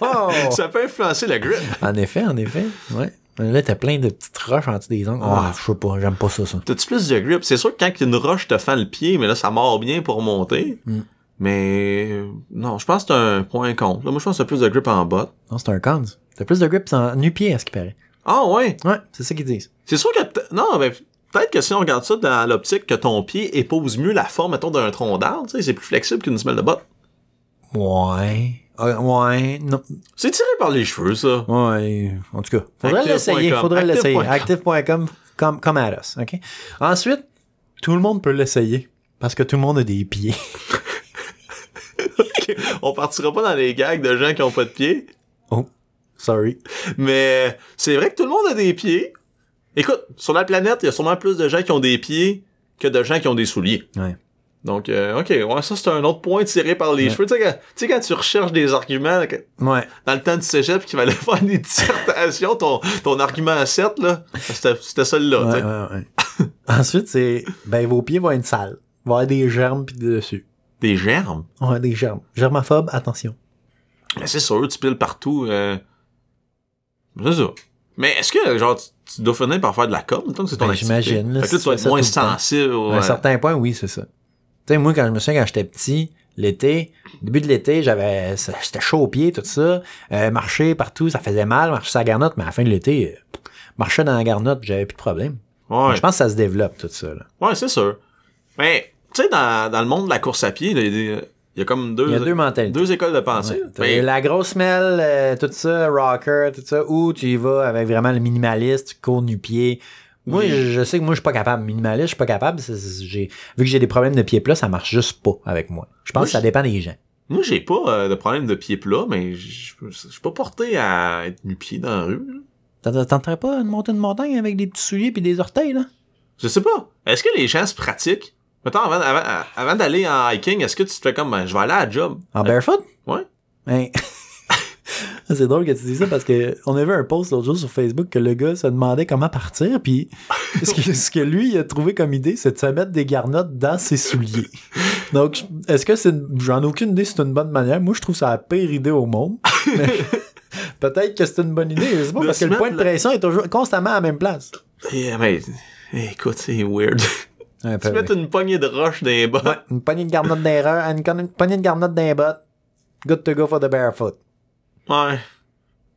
Speaker 1: Oh!
Speaker 2: ça peut influencer le grip.
Speaker 1: en effet, en effet. Ouais. Là, t'as plein de petites roches en dessous des ongles. Ah, je sais pas, j'aime pas ça, ça.
Speaker 2: T'as-tu plus de grip? C'est sûr que quand une roche te fend le pied, mais là, ça mord bien pour monter.
Speaker 1: Mm.
Speaker 2: Mais euh, non, je pense que c'est un point contre. Là, moi, je pense que t'as plus de grip en botte.
Speaker 1: Non, c'est un con. ça. T'as plus de grip en nu-pied, à ce qui paraît.
Speaker 2: Ah ouais!
Speaker 1: Ouais, c'est ça qu'ils disent.
Speaker 2: C'est sûr que... t- Non, mais peut-être que si on regarde ça dans l'optique que ton pied épouse mieux la forme, mettons, d'un tronc d'arbre, tu sais, c'est plus flexible qu'une semelle de botte.
Speaker 1: Ouais. Euh, ouais. Non.
Speaker 2: C'est tiré par les cheveux, ça.
Speaker 1: Ouais, en tout cas. Faudrait
Speaker 2: Active.com.
Speaker 1: l'essayer, faudrait l'essayer.
Speaker 2: Active.com.
Speaker 1: Active.com, comme, comme at us, OK? Ensuite, tout le monde peut l'essayer. Parce que tout le monde a des pieds.
Speaker 2: On partira pas dans les gags de gens qui ont pas de pieds.
Speaker 1: Sorry.
Speaker 2: Mais c'est vrai que tout le monde a des pieds. Écoute, sur la planète, il y a sûrement plus de gens qui ont des pieds que de gens qui ont des souliers.
Speaker 1: Ouais.
Speaker 2: Donc, euh, ok, ouais, ça c'est un autre point tiré par les
Speaker 1: Ouais.
Speaker 2: cheveux. Tu sais, quand, tu sais, quand tu recherches des arguments, que-
Speaker 1: Ouais.
Speaker 2: dans le temps du cégep, qu'il fallait faire des dissertations, ton, ton argument à 7, là, c'était c'était celui-là. tu
Speaker 1: ouais,
Speaker 2: sais.
Speaker 1: ouais, ouais. Ensuite, c'est, ben, vos pieds vont être sales. Il va y avoir des germes pis dessus.
Speaker 2: Des germes.
Speaker 1: Ouais, des germes. Germaphobe, attention.
Speaker 2: Mais c'est sûr, tu piles partout. Euh... C'est ça. Mais est-ce que, genre, tu, tu dois finir par faire de la com, tant que c'est ton
Speaker 1: Ben,
Speaker 2: activité?
Speaker 1: j'imagine, là,
Speaker 2: Fait que là,
Speaker 1: si
Speaker 2: tu vas
Speaker 1: tu fais
Speaker 2: être
Speaker 1: ça
Speaker 2: moins
Speaker 1: tout le temps. Ben,
Speaker 2: sensible.
Speaker 1: À un
Speaker 2: ouais.
Speaker 1: certain point, oui, c'est ça. Tu sais, moi, quand je me souviens, quand j'étais petit, l'été, début de l'été, j'avais, ça- j'étais chaud aux pieds, tout ça. Euh, marcher partout, ça faisait mal. Marcher sur la garnotte, mais à la fin de l'été, euh, marcher dans la garnotte, puis j'avais plus de problème.
Speaker 2: Ouais.
Speaker 1: Ben, Je pense que ça se développe, tout ça. là.
Speaker 2: Ouais, c'est sûr. Mais, tu sais, dans, dans le monde de la course à pied, là, il y a des- il y a comme deux,
Speaker 1: Il y a deux mentalités.
Speaker 2: deux écoles de pensée. Ben,
Speaker 1: Ouais. T'as
Speaker 2: Mais
Speaker 1: la grosse mêle, euh, tout ça, rocker, tout ça, ou tu y vas avec vraiment le minimaliste, tu cours du pied. Moi,
Speaker 2: Oui.
Speaker 1: je, je sais que moi, je suis pas capable. Minimaliste, je suis pas capable. C'est- c'est- j'ai- vu que j'ai des problèmes de pieds plats, ça marche juste pas avec moi. Je pense
Speaker 2: Moi,
Speaker 1: que ça
Speaker 2: je-
Speaker 1: dépend des gens.
Speaker 2: Moi, j'ai pas euh, de problème de pied plat, mais je je suis pas porté à être nu-pied dans la rue. là.
Speaker 1: T'en- T'entends pas une montée de montagne avec des petits souliers puis des orteils, là?
Speaker 2: Je sais pas. Est-ce que les gens se pratiquent? Mettons, avant, avant, avant d'aller en hiking, est-ce que tu te fais comme, ben, je vais aller à la job?
Speaker 1: En barefoot?
Speaker 2: Ouais.
Speaker 1: Hein. C'est drôle que tu dis ça parce que on a vu un post l'autre jour sur Facebook que le gars se demandait comment partir, puis ce que, ce que lui il a trouvé comme idée, c'est de se mettre des garnottes dans ses souliers. Donc, je- est-ce que c'est. une- J'en ai aucune idée si c'est une bonne manière. Moi, je trouve ça la pire idée au monde. Mais Peut-être que c'est une bonne idée, je sais pas,
Speaker 2: De
Speaker 1: parce
Speaker 2: se
Speaker 1: que le point de
Speaker 2: mettre
Speaker 1: pression est toujours constamment à la même place.
Speaker 2: Eh, mais, eh, écoute, c'est weird.
Speaker 1: Un
Speaker 2: tu mets une poignée de roche dans les bottes.
Speaker 1: Ouais, une poignée de garnottes d'erreur, une, con- une poignée de garnottes d'un bot. Good to go for the barefoot.
Speaker 2: Ouais.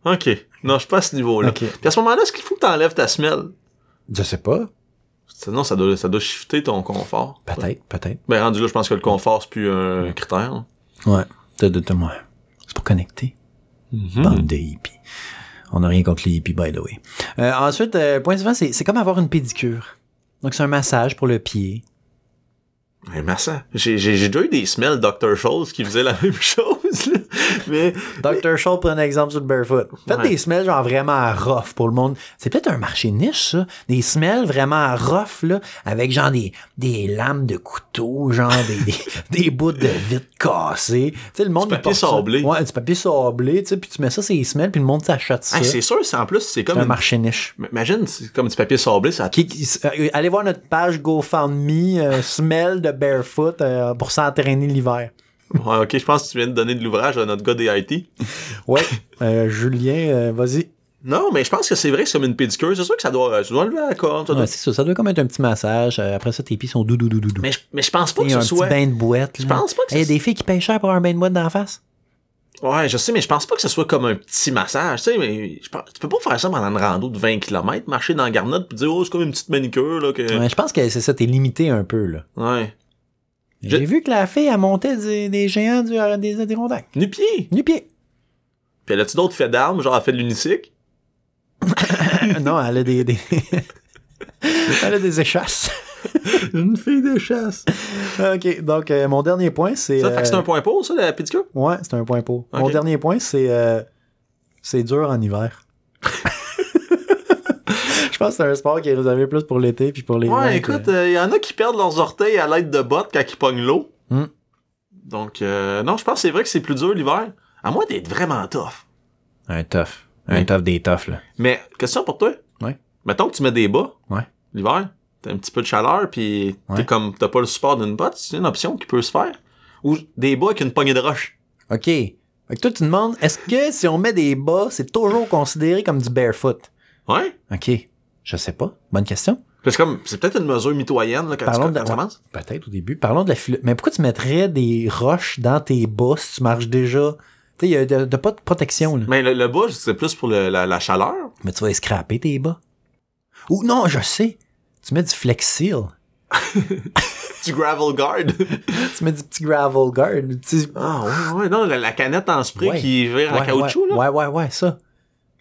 Speaker 2: OK. Non, je suis pas à ce niveau-là.
Speaker 1: Ok.
Speaker 2: Puis à ce moment-là, est-ce qu'il faut que t'enlèves ta semelle?
Speaker 1: Je sais pas.
Speaker 2: Sinon, ça doit, ça doit shifter ton confort.
Speaker 1: Peut-être, peut-être.
Speaker 2: Ben, rendu là, je pense que le confort, c'est plus un critère. là.
Speaker 1: Ouais. De, de, de- ouais. C'est pour connecter. Bande de hippies. On n'a rien contre les hippies, by the way. Euh, ensuite, euh, point suivant, c'est c'est comme avoir une pédicure. Donc, c'est un massage pour le pied.
Speaker 2: Un massage. J'ai, j'ai, j'ai déjà eu des smells Dr. Scholes qui faisaient la même chose, là. Mais,
Speaker 1: Dr. Scholl prend un exemple sur le barefoot. Faites
Speaker 2: Ouais.
Speaker 1: des smells genre vraiment rough pour le monde. C'est peut-être un marché niche, ça. Des smells vraiment rough, là, avec genre des, des lames de couteau, genre des, des, des bouts de vitre cassés. Tu sais, le monde.
Speaker 2: Du
Speaker 1: il
Speaker 2: papier
Speaker 1: porte ça.
Speaker 2: sablé.
Speaker 1: Ouais, du papier sablé, tu sais, puis tu mets ça, c'est des smells, puis le monde s'achète ça.
Speaker 2: Hey,
Speaker 1: c'est
Speaker 2: c'est sûr, c'est en plus, c'est comme.
Speaker 1: un
Speaker 2: une-
Speaker 1: marché niche.
Speaker 2: M- Imagine, c'est comme du papier sablé, ça.
Speaker 1: Qui- qui- euh, allez voir notre page GoFundMe, euh, smell de barefoot euh, pour s'entraîner l'hiver.
Speaker 2: Ouais, ok, je pense que tu viens de donner de l'ouvrage à notre gars des IT.
Speaker 1: Ouais, euh, Julien, euh, vas-y.
Speaker 2: Non, mais je pense que c'est vrai que c'est comme une pédicure. C'est sûr que ça doit, tu dois enlever la corde. ça doit-
Speaker 1: Ouais, c'est ça, ça doit comme être un petit massage. euh, après ça, tes pieds sont doux, doux, doux, doux. doux.
Speaker 2: mais, je, mais je pense pas que
Speaker 1: Et
Speaker 2: ce
Speaker 1: un
Speaker 2: soit.
Speaker 1: petit bain de boîte. Je
Speaker 2: pense pas que
Speaker 1: Il y a
Speaker 2: ce-
Speaker 1: des filles qui payent cher pour avoir un bain de boîte dans la face.
Speaker 2: Ouais, je sais, mais je pense pas que ce soit comme un petit massage. Tu sais, mais je pense- tu peux pas faire ça pendant une rando de 20 km, marcher dans la garnotte puis dire, oh, c'est comme une petite manicure, là. Que...
Speaker 1: Ouais, je pense que c'est ça, t'es limité un peu. là.
Speaker 2: ouais. Je-
Speaker 1: J'ai vu que la fille, elle montait des, des géants du, euh, des Adirondacks.
Speaker 2: Nu-pied.
Speaker 1: Nu-pied.
Speaker 2: Puis elle a-tu d'autres faits d'armes, genre elle fait de l'unicycle?
Speaker 1: non, elle a des... des... elle a des échasses.
Speaker 2: Une fille de chasse.
Speaker 1: OK, donc euh, mon dernier point, c'est...
Speaker 2: Ça fait que c'est
Speaker 1: euh,
Speaker 2: un point pour, ça, la pédicure?
Speaker 1: Ouais, c'est un point pour. Mon
Speaker 2: Ok.
Speaker 1: dernier point, c'est euh, c'est dur en hiver. Je pense que c'est un sport qui est réservé plus pour l'été puis pour les. gens
Speaker 2: Ouais,
Speaker 1: que-
Speaker 2: écoute, il y en a qui perdent leurs orteils à l'aide de bottes quand ils pognent l'eau.
Speaker 1: Hmm.
Speaker 2: Donc, euh, non, je pense que c'est vrai que c'est plus dur l'hiver. À moins d'être vraiment tough.
Speaker 1: Un tough.
Speaker 2: Ouais.
Speaker 1: tough des toughs, là.
Speaker 2: Mais, question pour toi.
Speaker 1: Ouais.
Speaker 2: Mettons que tu mets des bas.
Speaker 1: Ouais.
Speaker 2: L'hiver, t'as un petit peu de chaleur, puis t'es
Speaker 1: Ouais.
Speaker 2: comme, t'as pas le support d'une botte, c'est une option qui peut se faire. Ou des bas avec une poignée de roche.
Speaker 1: OK. Fait que toi, tu demandes, est-ce que si on met des bas, c'est toujours considéré comme du barefoot?
Speaker 2: Ouais.
Speaker 1: OK. Je sais pas. Bonne question.
Speaker 2: C'est comme, c'est peut-être une mesure mitoyenne, là, quand
Speaker 1: Parlons
Speaker 2: tu
Speaker 1: de-
Speaker 2: quand tu commences.
Speaker 1: Peut-être au début. Parlons de la philo- Mais pourquoi tu mettrais des roches dans tes bas si tu marches déjà? Tu sais, il y a de- de- pas de protection, là.
Speaker 2: Mais le, le bas, c'est plus pour le- la, la chaleur.
Speaker 1: Mais tu vas les scraper tes bas. Ou non, je sais. Tu mets du flexil.
Speaker 2: Du gravel guard.
Speaker 1: Tu mets du petit gravel guard. du petit-
Speaker 2: ah, ouais, ouais, non, la, la canette en spray
Speaker 1: Ouais.
Speaker 2: qui vire en
Speaker 1: ouais,
Speaker 2: caoutchouc,
Speaker 1: ouais,
Speaker 2: là.
Speaker 1: Ouais, ouais, ouais, ça.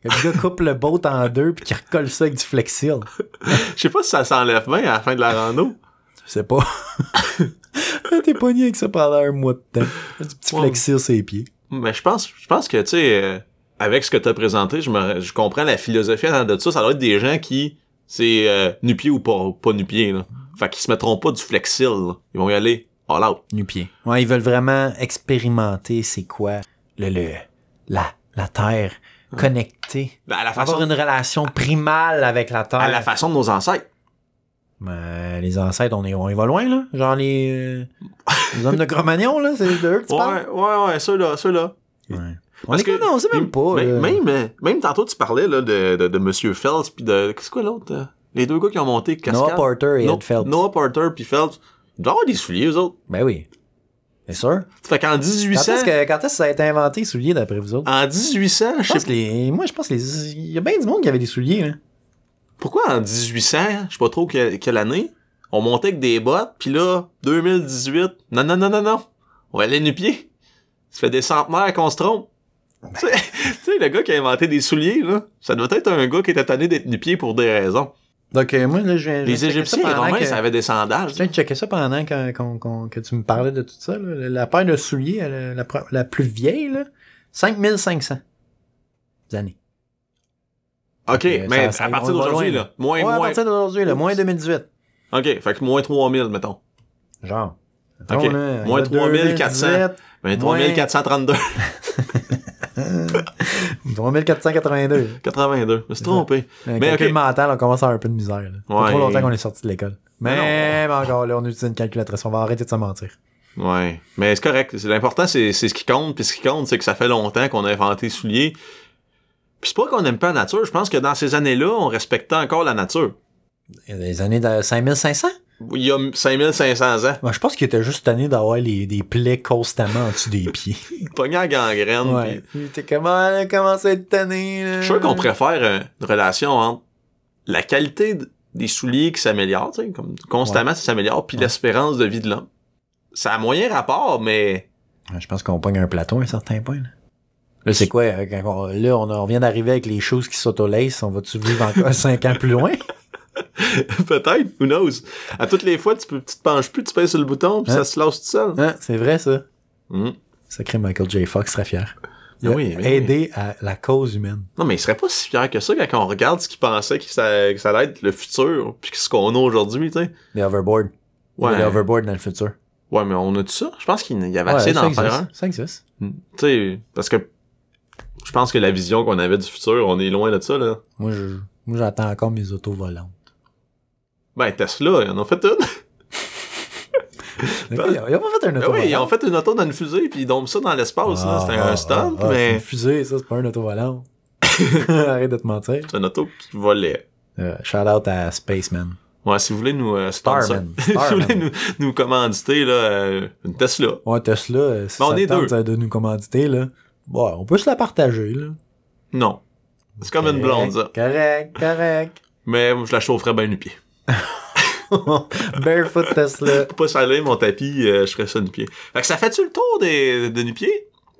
Speaker 1: Que Le gars coupe le boat en deux puis qu'il recolle ça avec du flexil.
Speaker 2: Je sais pas si ça s'enlève bien à la fin de la rando.
Speaker 1: Je sais pas. T'es pogné avec ça pendant un mois de temps. Du petit
Speaker 2: Ouais.
Speaker 1: flexil sur les pieds.
Speaker 2: Mais je pense, je pense que, tu sais, euh, avec ce que t'as présenté, je, me, je comprends la philosophie en dedans de ça. Ça doit être des gens qui, c'est euh, nu-pied ou pas, pas nu-pied, là. Fait qu'ils se mettront pas du flexil, là. Ils vont y aller all out.
Speaker 1: Nu-pied. Ouais, ils veulent vraiment expérimenter c'est quoi le, le la, la terre connectée.
Speaker 2: Ben, À la
Speaker 1: Avoir
Speaker 2: façon,
Speaker 1: une relation primale avec la terre.
Speaker 2: à la façon de nos ancêtres.
Speaker 1: Ben, les ancêtres, on, est, on y va loin, là. Genre les, euh, les hommes de Cro-Magnon, là, c'est de eux que tu parles.
Speaker 2: Ouais, ouais, ouais, ceux-là, ceux-là.
Speaker 1: Ouais. On
Speaker 2: Parce
Speaker 1: est
Speaker 2: que-
Speaker 1: que, on sait même pas.
Speaker 2: Mais-
Speaker 1: là.
Speaker 2: Même, euh, même tantôt, tu parlais, là, de, de, de Monsieur Phelps pis de, qu'est-ce que l'autre? euh, Les deux gars qui ont monté cascade.
Speaker 1: Noah Porter et
Speaker 2: No-
Speaker 1: Ed Phelps.
Speaker 2: Noah Porter pis Phelps. Ils doivent avoir des souliers, eux autres.
Speaker 1: Ben oui. C'est sûr.
Speaker 2: Fait qu'en 1800.
Speaker 1: Quand est-ce que, quand est-ce que ça a été inventé, les souliers, d'après vous autres?
Speaker 2: En 1800, je
Speaker 1: Je
Speaker 2: sais
Speaker 1: pense que les, moi, je pense que les- il y a bien du monde qui avait des souliers. Là.
Speaker 2: Pourquoi en 1800, je sais pas trop que- quelle année, on montait avec des bottes, puis là, 2018, non, non, non, non, non, on va aller nu-pied. Ça fait des centenaires qu'on se trompe. Tu sais- tu sais, le gars qui a inventé des souliers, là, ça doit être un gars qui était tanné d'être nu-pied pour des raisons.
Speaker 1: Donc, euh, moi, là, je viens je
Speaker 2: Les
Speaker 1: checker
Speaker 2: Égyptiens et
Speaker 1: ça
Speaker 2: les
Speaker 1: pendant
Speaker 2: Romains,
Speaker 1: que,
Speaker 2: ça avait des sandales.
Speaker 1: Je viens de checker ça pendant que, qu'on- qu'on- que tu me parlais de tout ça. là. La paire de souliers, elle, la, pro- la plus vieille, là, 5500 années.
Speaker 2: OK,
Speaker 1: Euh,
Speaker 2: mais
Speaker 1: ça- ça-
Speaker 2: à partir
Speaker 1: on va
Speaker 2: d'aujourd'hui,
Speaker 1: loin.
Speaker 2: là, moins,
Speaker 1: Ouais, à
Speaker 2: moins.
Speaker 1: partir d'aujourd'hui, là, moins 2018.
Speaker 2: OK, fait que moins 3000, mettons.
Speaker 1: Genre.
Speaker 2: Ok. Moins 3400.
Speaker 1: Moins-
Speaker 2: Mais 3432,
Speaker 1: 3482.
Speaker 2: 82, je me suis trompé.
Speaker 1: Un
Speaker 2: Mais
Speaker 1: calcul
Speaker 2: ok.
Speaker 1: Euh, mental, on commence à avoir un peu de misère. Là. Ça fait
Speaker 2: Ouais.
Speaker 1: trop longtemps qu'on est sorti de l'école.
Speaker 2: Mais non.
Speaker 1: Mais encore là, on utilise une calculatrice. On va arrêter de se mentir.
Speaker 2: Ouais, mais c'est correct. C'est l'important, c'est c'est ce qui compte. Puis ce qui compte, c'est que ça fait longtemps qu'on a inventé les souliers. Puis c'est pas qu'on aime pas la nature. Je pense que dans ces années-là, on respectait encore la nature.
Speaker 1: Il y a des années de 5500?
Speaker 2: Il y a 5500 ans,
Speaker 1: Moi, je pense qu'il était juste tanné d'avoir les- des plaies constamment en dessous des pieds.
Speaker 2: il pognait en gangrène.
Speaker 1: ouais.
Speaker 2: puis-
Speaker 1: Il était Ah, comment, là, comment ça être tanné?
Speaker 2: Je suis sûr qu'on préfère euh, une relation entre la qualité d- des souliers qui s'améliorent, tu sais, comme constamment ça s'améliore, puis l'espérance de vie de l'homme. Ça a moyen rapport, mais
Speaker 1: Ouais, Je pense qu'on pogne un plateau à un certain point. Là, Là, c'est quoi? euh, quand on- là, on, on vient d'arriver avec les choses qui s'autolacent. On va-tu vivre encore cinq ans plus loin?
Speaker 2: peut-être, who knows. À toutes les fois, tu, peux, tu te penches plus, tu pèses sur le bouton, puis
Speaker 1: Hein?
Speaker 2: ça se lance tout seul.
Speaker 1: Hein, c'est vrai, ça.
Speaker 2: Mm.
Speaker 1: Sacré Michael J. Fox serait fier.
Speaker 2: Ah oui, mais-
Speaker 1: aider à la cause humaine.
Speaker 2: Non, mais il serait pas si fier que ça quand on regarde ce qu'il pensait que ça, que ça allait être le futur, puis ce qu'on a aujourd'hui, tu sais.
Speaker 1: Les hoverboards.
Speaker 2: Ouais.
Speaker 1: Les hoverboards dans le futur.
Speaker 2: Ouais, mais on a tout ça. Je pense qu'il y avait
Speaker 1: Ouais,
Speaker 2: assez
Speaker 1: ça
Speaker 2: d'en
Speaker 1: existe.
Speaker 2: faire un.
Speaker 1: Ça existe.
Speaker 2: Mm. Tu sais, parce que je pense que la vision qu'on avait du futur, on est loin de ça, là.
Speaker 1: Moi, je, moi, j'attends encore mes autos volantes.
Speaker 2: Ben, Tesla, ils en ont fait une.
Speaker 1: Ils ont ils ont pas fait un
Speaker 2: Ben
Speaker 1: auto
Speaker 2: oui, ils ont fait une auto dans une fusée, puis ils dompent ça dans l'espace, là. C'était
Speaker 1: Ah,
Speaker 2: un stunt,
Speaker 1: C'est une
Speaker 2: mais
Speaker 1: fusée, ça, c'est pas un auto volant. Arrête de te mentir.
Speaker 2: c'est une auto qui volait.
Speaker 1: Euh, shout out à Spaceman.
Speaker 2: Ouais, si vous voulez nous euh, sponsor-
Speaker 1: Starman.
Speaker 2: si vous voulez
Speaker 1: Starman.
Speaker 2: nous, nous commanditer, là, euh, une Tesla.
Speaker 1: Ouais, Tesla, euh, si
Speaker 2: Mais on
Speaker 1: ça
Speaker 2: est
Speaker 1: te tente
Speaker 2: deux.
Speaker 1: euh, de nous commanditer, là, ouais, on peut se la partager, là.
Speaker 2: Non. C'est comme une blonde, ça.
Speaker 1: Correct, correct.
Speaker 2: Mais je la chaufferais bien du pied.
Speaker 1: Barefoot Tesla.
Speaker 2: Euh, Pour pas saler mon tapis, euh, je ferais ça du pied. Fait que ça fait-tu le tour des, de nu-pied?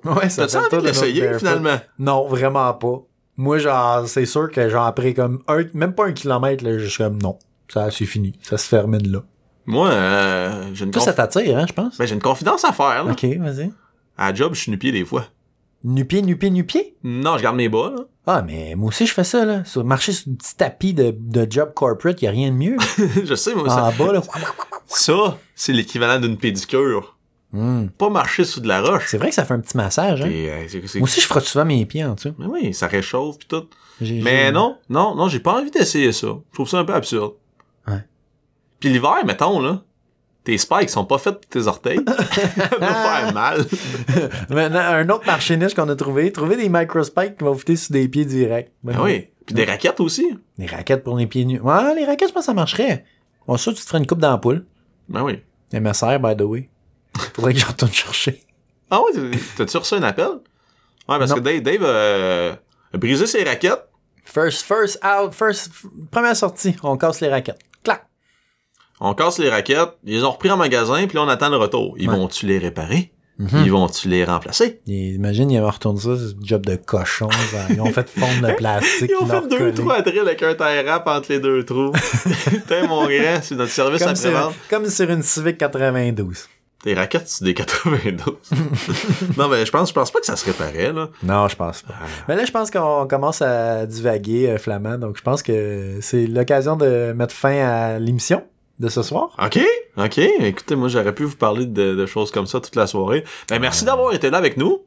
Speaker 1: Ouais,
Speaker 2: T'as-tu
Speaker 1: fait
Speaker 2: envie
Speaker 1: tout
Speaker 2: de
Speaker 1: notre
Speaker 2: l'essayer,
Speaker 1: barefoot.
Speaker 2: finalement?
Speaker 1: Non, vraiment pas. Moi, genre, c'est sûr que j'en pris comme un, même pas un kilomètre, là, je suis comme non. Ça, c'est fini. Ça se termine là.
Speaker 2: Moi, euh, j'ai une,
Speaker 1: Toi,
Speaker 2: conf-
Speaker 1: ça t'attire, hein, je pense.
Speaker 2: ben, j'ai une confidence à faire, là.
Speaker 1: Ok, vas-y.
Speaker 2: À la job, je suis nu-pied des fois.
Speaker 1: Nu-pied, nu-pied, nu-pied?
Speaker 2: Non, je garde mes bas, là.
Speaker 1: Ah, mais moi aussi, je fais ça, là. Sur- marcher sur un petit tapis de, de job corporate, y a rien de mieux.
Speaker 2: je sais, moi, ça,
Speaker 1: en bas, là.
Speaker 2: ça, c'est l'équivalent d'une pédicure.
Speaker 1: Hmm.
Speaker 2: Pas marcher sous de la roche.
Speaker 1: C'est vrai que ça fait un petit massage, hein.
Speaker 2: Et, euh, c'est- c'est-
Speaker 1: Moi aussi, je frotte souvent mes pieds en dessous.
Speaker 2: Mais oui, ça réchauffe pis tout.
Speaker 1: J'ai-
Speaker 2: Mais
Speaker 1: j'ai-
Speaker 2: non, non, non, j'ai pas envie d'essayer ça. Je trouve ça un peu absurde.
Speaker 1: Ouais.
Speaker 2: Puis l'hiver, mettons, là, tes spikes sont pas faites pour tes orteils. Ça va faire mal.
Speaker 1: Maintenant, un autre marché niche qu'on a trouvé, trouver des microspikes qui vont foutre sur des pieds direct.
Speaker 2: Ben oui. Puis des raquettes aussi.
Speaker 1: Des raquettes pour les pieds nus. Ouais, les raquettes, je pense que ça marcherait. Bon, ça, tu te ferais une coupe d'ampoule.
Speaker 2: Ben oui.
Speaker 1: Et ma sœur, by the way. Faudrait que je retourne chercher.
Speaker 2: Ah ouais, t'as-tu reçu un appel? Ouais, parce
Speaker 1: Non.
Speaker 2: que Dave, Dave euh, a brisé ses raquettes.
Speaker 1: First, first out, first, f- première sortie, on casse les raquettes. Clac!
Speaker 2: On casse les raquettes, ils les ont repris en magasin, puis là, on attend le retour. Ils
Speaker 1: Ouais.
Speaker 2: vont-tu les réparer?
Speaker 1: Mhm.
Speaker 2: Ils vont-tu les remplacer?
Speaker 1: Et Imagine, ils avaient retourné ça, c'est un job de cochon. ça. Ils ont fait fondre le plastique.
Speaker 2: Ils ont fait
Speaker 1: leur
Speaker 2: deux
Speaker 1: coller.
Speaker 2: trous à drill avec un tire rap entre les deux trous. Putain, mon grand, c'est notre service
Speaker 1: Comme
Speaker 2: après-vente.
Speaker 1: sur, comme sur une Civic 92.
Speaker 2: Tes raquettes, c'est des 92. non, mais je pense, je pense pas que ça se réparait, là.
Speaker 1: Non, je pense pas.
Speaker 2: Ah.
Speaker 1: Mais là, je pense qu'on commence à divaguer, euh, Flamand. Donc, je pense que c'est l'occasion de mettre fin à l'émission de ce soir.
Speaker 2: OK, OK. Écoutez, moi, j'aurais pu vous parler de, de choses comme ça toute la soirée. Ben,
Speaker 1: Euh.
Speaker 2: merci d'avoir été là avec nous.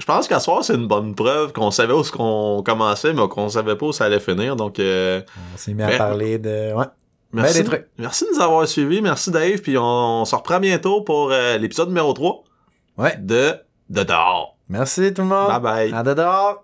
Speaker 2: Je pense qu'à soir, c'est une bonne preuve qu'on savait où ce qu'on commençait, mais qu'on savait pas où ça allait finir. Donc, euh,
Speaker 1: On s'est mis à
Speaker 2: Ben-
Speaker 1: parler de. Ouais.
Speaker 2: merci,
Speaker 1: Ben, des trucs.
Speaker 2: merci de nous avoir suivis. Merci, Dave. Puis on, on se reprend bientôt pour euh, l'épisode numéro 3
Speaker 1: Ouais.
Speaker 2: de De dehors.
Speaker 1: Merci tout le monde.
Speaker 2: Bye bye.
Speaker 1: À dehors.